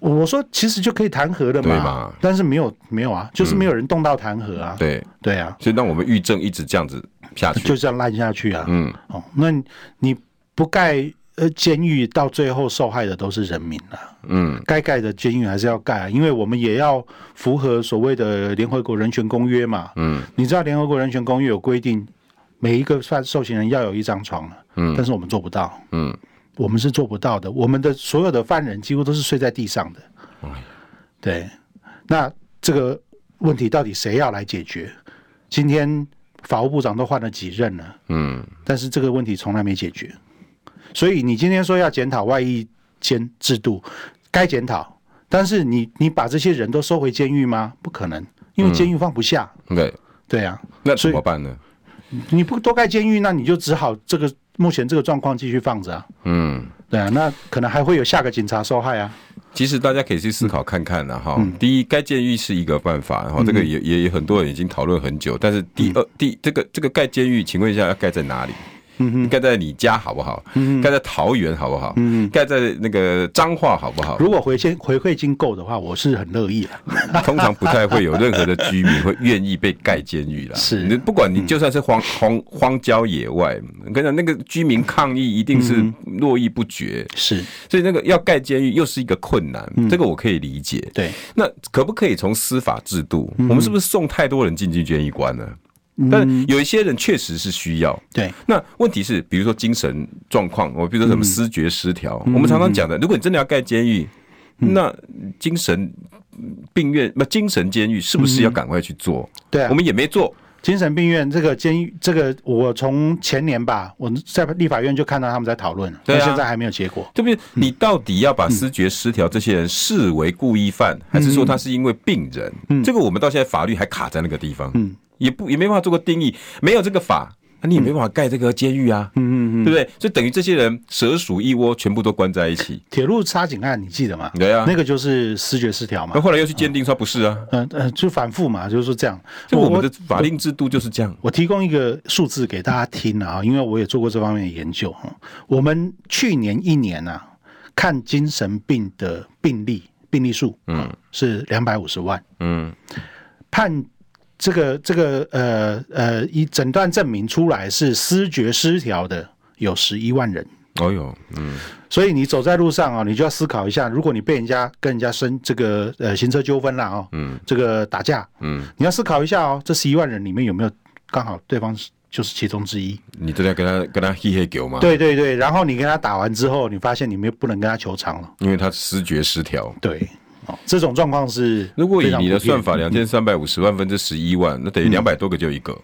Speaker 2: 我我说其实就可以弹劾的
Speaker 1: 对
Speaker 2: 嘛，
Speaker 1: 嘛嗯
Speaker 2: 但是没有没有啊，就是没有人动到弹劾啊，
Speaker 1: 对，
Speaker 2: 对啊，
Speaker 1: 所以让我们狱政一直这样子下去，
Speaker 2: 就这样烂下去啊。
Speaker 1: 嗯
Speaker 2: 哦，那你你不盖呃监狱，到最后受害的都是人民啊，
Speaker 1: 嗯
Speaker 2: 该盖的监狱还是要盖啊，因为我们也要符合所谓的联合国人权公约嘛。
Speaker 1: 嗯
Speaker 2: 你知道联合国人权公约有规定，每一个犯受刑人要有一张床啊，
Speaker 1: 嗯
Speaker 2: 但是我们做不到。
Speaker 1: 嗯，
Speaker 2: 我们是做不到的。我们的所有的犯人几乎都是睡在地上的
Speaker 1: 哎呀。
Speaker 2: 对，那这个问题到底谁要来解决？今天法务部长都换了几任了，
Speaker 1: 嗯
Speaker 2: 但是这个问题从来没解决。所以你今天说要检讨外役监制度，该检讨，但是你你把这些人都收回监狱吗？不可能，因为监狱放不下。
Speaker 1: 对，
Speaker 2: 对啊，
Speaker 1: 那怎
Speaker 2: 所以
Speaker 1: 么办呢？
Speaker 2: 你不多盖监狱，那你就只好这个目前这个状况继续放着啊。
Speaker 1: 嗯。
Speaker 2: 对啊，那可能还会有下个警察受害啊。
Speaker 1: 其实大家可以去思考看看了
Speaker 2: 嗯
Speaker 1: 哈。第一，该监狱是一个办法，哈，这个也也也很多人已经讨论很久。但是第
Speaker 2: 嗯
Speaker 1: 二，第这个这个盖监狱，请问一下要盖在哪里？
Speaker 2: 嗯
Speaker 1: 盖在你家好不好？盖在桃园好不好？盖在那个彰化好不好？
Speaker 2: 嗯如果回先回馈金够的话，我是很乐意了。
Speaker 1: 通常不太会有任何的居民会愿意被盖监狱啦。
Speaker 2: 是嗯
Speaker 1: 你不管你就算是荒荒荒郊野外，我跟你讲，那个居民抗议一定是
Speaker 2: 嗯
Speaker 1: 络绎不绝，
Speaker 2: 是
Speaker 1: 所以那个要盖监狱又是一个困难，
Speaker 2: 嗯
Speaker 1: 这个我可以理解。
Speaker 2: 对，
Speaker 1: 那可不可以从司法制度，我们是不是送太多人进去监狱关了？但有一些人确实是需要。
Speaker 2: 对，
Speaker 1: 那问题是，比如说精神状况，我比如说什么失觉失调，我们常常讲的，如果你真的要盖监狱，那精神病院不精神监狱是不是要赶快去做？
Speaker 2: 对啊
Speaker 1: 我们也没做。
Speaker 2: 精神病院这个监狱，这个我从前年吧，我在立法院就看到他们在讨论了，
Speaker 1: 对
Speaker 2: 但
Speaker 1: 啊
Speaker 2: 现在还没有结果。
Speaker 1: 对不对？你
Speaker 2: 嗯
Speaker 1: 到底要把失觉失调这些人视为故意犯，
Speaker 2: 嗯
Speaker 1: 还是说他是因为病人？这个我们到现在法律还卡在那个地方，
Speaker 2: 嗯
Speaker 1: 也不也没办法做个定义，没有这个法，那你也没办法盖这个监狱啊，
Speaker 2: 嗯
Speaker 1: 对不对？所以等于这些人蛇鼠一窝，全部都关在一起。
Speaker 2: 铁路杀警案你记得吗？
Speaker 1: 对啊
Speaker 2: 那个就是视觉失调嘛
Speaker 1: 那。后来又去鉴定说不是啊，
Speaker 2: 嗯呃，就反复嘛，就是说这样。
Speaker 1: 这我们的法令制度就是这样。
Speaker 2: 我提供一个数字给大家听啊，因为我也做过这方面的研究哈。我们去年一年啊，看精神病的病例病例数，嗯，是两百五十万，
Speaker 1: 嗯
Speaker 2: 判这个这个呃呃，以诊断证明出来是失觉失调的有十一万人。
Speaker 1: 哦哟，嗯
Speaker 2: 所以你走在路上啊，你就要思考一下，如果你被人家跟人家生这个呃行车纠纷啦啊，嗯，这个打架，
Speaker 1: 嗯，
Speaker 2: 你要思考一下哦，这十一万人里面有没有刚好对方是就是其中之一？
Speaker 1: 你真的要跟他跟他嘿嘿狗嘛？，
Speaker 2: 对对对，然后你跟他打完之后，你发现你们不能跟他求偿了，
Speaker 1: 因为他失觉失调。
Speaker 2: 对，哦，这种状况是
Speaker 1: 如果
Speaker 2: 非
Speaker 1: 以
Speaker 2: 常
Speaker 1: 你的
Speaker 2: 普遍嗯
Speaker 1: 算法，两千三百五十万分之十一万，那等于两百多个就一个，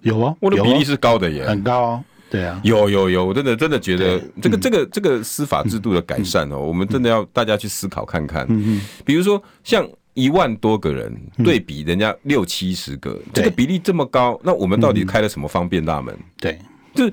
Speaker 2: 有哦，
Speaker 1: 我的
Speaker 2: 嗯有
Speaker 1: 比例
Speaker 2: 哦
Speaker 1: 是高的耶。
Speaker 2: 很高哦，对啊，
Speaker 1: 有有有，我真的真的觉得这个这
Speaker 2: 嗯
Speaker 1: 个这个司法制度的改善哦，我们真的要大家去思考看看。
Speaker 2: 嗯
Speaker 1: 比如说像一万多个人对比人家六七十个，这个比例这么高，那我们到
Speaker 2: 嗯
Speaker 1: 底开了什么方便大门？
Speaker 2: 对，
Speaker 1: 就是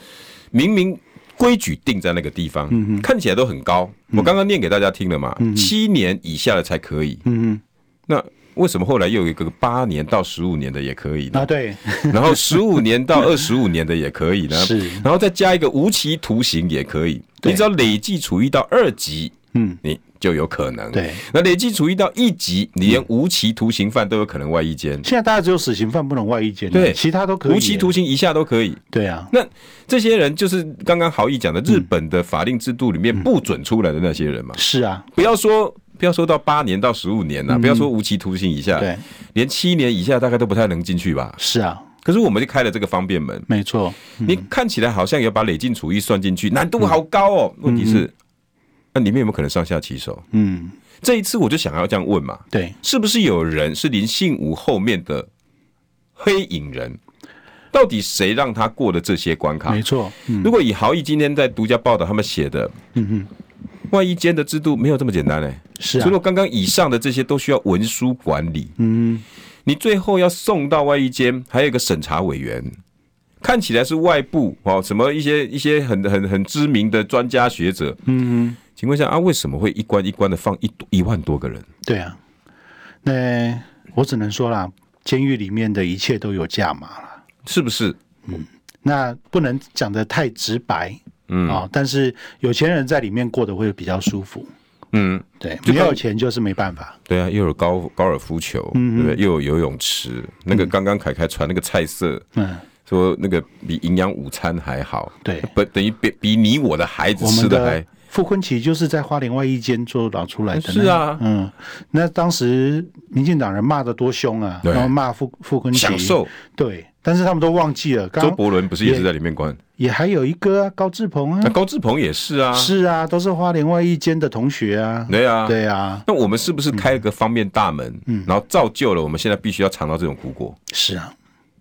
Speaker 1: 明明规矩定在那个地方，
Speaker 2: 嗯
Speaker 1: 看起来都很高。我刚刚念给大家听了嘛，七年以下的才可以。
Speaker 2: 嗯
Speaker 1: 那为什么后来又有一个八年到十五年的也可以
Speaker 2: 嗯，
Speaker 1: 呢
Speaker 2: 啊？对， (laughs)
Speaker 1: (laughs) 然后十五年到二十五年的也可以呢，
Speaker 2: 是
Speaker 1: 然后再加一个无期徒刑也可以，
Speaker 2: 对
Speaker 1: 你只要累计处遇到二级，
Speaker 2: 嗯，
Speaker 1: 你就有可能。
Speaker 2: 对，
Speaker 1: 那累计处遇到一级，你连无期徒刑犯都有可能外一监，
Speaker 2: 现在大家只有死刑犯不能外衣监，
Speaker 1: 对
Speaker 2: 其他都可以耶，
Speaker 1: 无期徒刑以下都可以。
Speaker 2: 对啊，
Speaker 1: 那这些人就是刚刚豪毅讲的日本的法令制度里面不准出来的那些人嘛，
Speaker 2: 是啊，
Speaker 1: 不要说不要说到八年到十五年了、不要说无期徒刑以下，
Speaker 2: 嗯对，
Speaker 1: 连七年以下大概都不太能进去吧。
Speaker 2: 是啊，
Speaker 1: 可是我们就开了这个方便门，
Speaker 2: 没错，
Speaker 1: 你看起来好像有把累进处遇算进去，难度好高哦。问题是，那里面有没有可能上下其手？
Speaker 2: 嗯，
Speaker 1: 这一次我就想要这样问嘛，
Speaker 2: 对，
Speaker 1: 是不是有人是林信武后面的黑影人？到底谁让他过了这些关卡
Speaker 2: 没？错，
Speaker 1: 如果以豪毅今天在独家报道他们写的，嗯嗯，外衣间的制度没有这么简单嘞、
Speaker 2: 是啊
Speaker 1: 除，了刚刚以上的这些，都需要文书管理。
Speaker 2: 嗯，
Speaker 1: 你最后要送到外衣间，还有一个审查委员，看起来是外部哦，什么一些一些很很很知名的专家学者。嗯，请问一下啊，为什么会一关一关的放一一万多个人？
Speaker 2: 对啊，那我只能说啦，监狱里面的一切都有价码啦。
Speaker 1: 是不是？
Speaker 2: 那不能讲得太直白，嗯啊、但是有钱人在里面过得会比较舒服，
Speaker 1: 嗯，
Speaker 2: 对，
Speaker 1: 就
Speaker 2: 没
Speaker 1: 跟
Speaker 2: 有钱就是没办法，
Speaker 1: 对啊，又有高高尔夫球，
Speaker 2: 嗯
Speaker 1: 对不对？又有游泳池，那个刚刚凯凯传那个菜色，
Speaker 2: 嗯，
Speaker 1: 说那个比营养午餐还好，
Speaker 2: 对
Speaker 1: 不等于比比你我的孩子
Speaker 2: 我
Speaker 1: 吃
Speaker 2: 们
Speaker 1: 的还
Speaker 2: 的。傅昆奇就是在花莲外一间做老出来的，
Speaker 1: 是啊
Speaker 2: 嗯，那当时民进党人骂得多凶啊，
Speaker 1: 对
Speaker 2: 然后骂傅傅昆奇，
Speaker 1: 享受，
Speaker 2: 对，但是他们都忘记了，
Speaker 1: 周
Speaker 2: 刚
Speaker 1: 伯哎伦不是也是在里面关？
Speaker 2: 也还有一个啊，高志鹏
Speaker 1: 那
Speaker 2: 啊，
Speaker 1: 高志鹏也是啊，
Speaker 2: 是啊，都是花莲外一间的同学啊，
Speaker 1: 对啊，
Speaker 2: 对嗯啊，
Speaker 1: 那我们是不是开了个方便大门，然后造就了我们现在必须要尝到这种苦果？
Speaker 2: 是啊，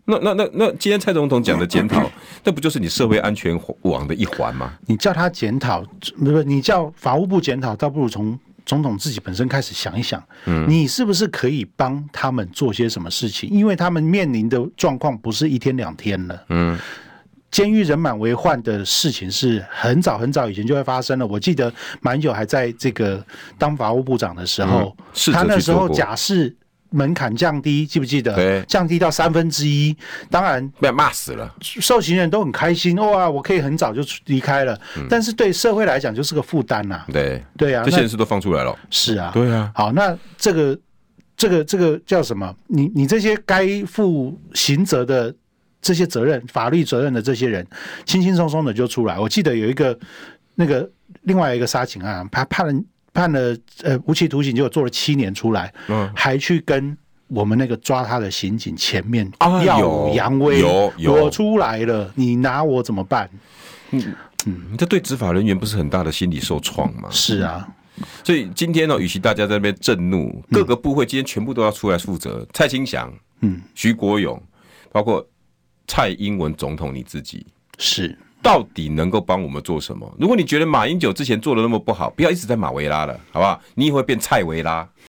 Speaker 1: 那那那那，今天蔡总统讲的检
Speaker 2: (laughs)
Speaker 1: 讨，那不就是你社会安全网的一环吗？
Speaker 2: 你叫他检讨，不是你叫法务部检讨，倒不如从总统自己本身开始想一想，嗯，你是不是可以帮他们做些什么事情？因为他们面临的状况不是一天两天了，嗯。监狱人满为患的事情是很早很早以前就会发生了。我记得马英九还在这个当法务部长的时候，
Speaker 1: 嗯试着
Speaker 2: 他那
Speaker 1: 去
Speaker 2: 时
Speaker 1: 做
Speaker 2: 候
Speaker 1: 过
Speaker 2: 假释门槛降低，记不记
Speaker 1: 对
Speaker 2: 得？降低到三分之一。当然，
Speaker 1: 被骂死了，
Speaker 2: 受刑人都很开心，哇，我可以很早就出离开了。但是对社会来讲就是个负担呐。
Speaker 1: 对，
Speaker 2: 对啊，
Speaker 1: 嗯这些
Speaker 2: 那
Speaker 1: 人是都放出来了，
Speaker 2: 是啊，
Speaker 1: 对啊，
Speaker 2: 好，那这个这个这个叫什么？你你这些该负刑责的这些责任、法律责任的这些人，轻轻松松的就出来。我记得有一个那个另外一个杀警案，啊他判了判了呃无期徒刑，结果坐了七年出来，
Speaker 1: 嗯
Speaker 2: 还去跟。我们那个抓他的刑警前面
Speaker 1: 啊
Speaker 2: 耀
Speaker 1: 有
Speaker 2: 武扬威，
Speaker 1: 有有
Speaker 2: 我出来了，你拿我怎么办？
Speaker 1: 嗯这对执法人员不是很大的心理受创吗？
Speaker 2: 是啊，
Speaker 1: 所以今天呢、与其大家在那边震怒，各个部会今天全部都要出来负责。蔡清祥、
Speaker 2: 嗯，
Speaker 1: 徐国勇，包括蔡英文总统你自己，
Speaker 2: 是，
Speaker 1: 到底能够帮我们做什么？如果你觉得马英九之前做的那么不好，不要一直在马维拉了，好不好？你也会变蔡维拉。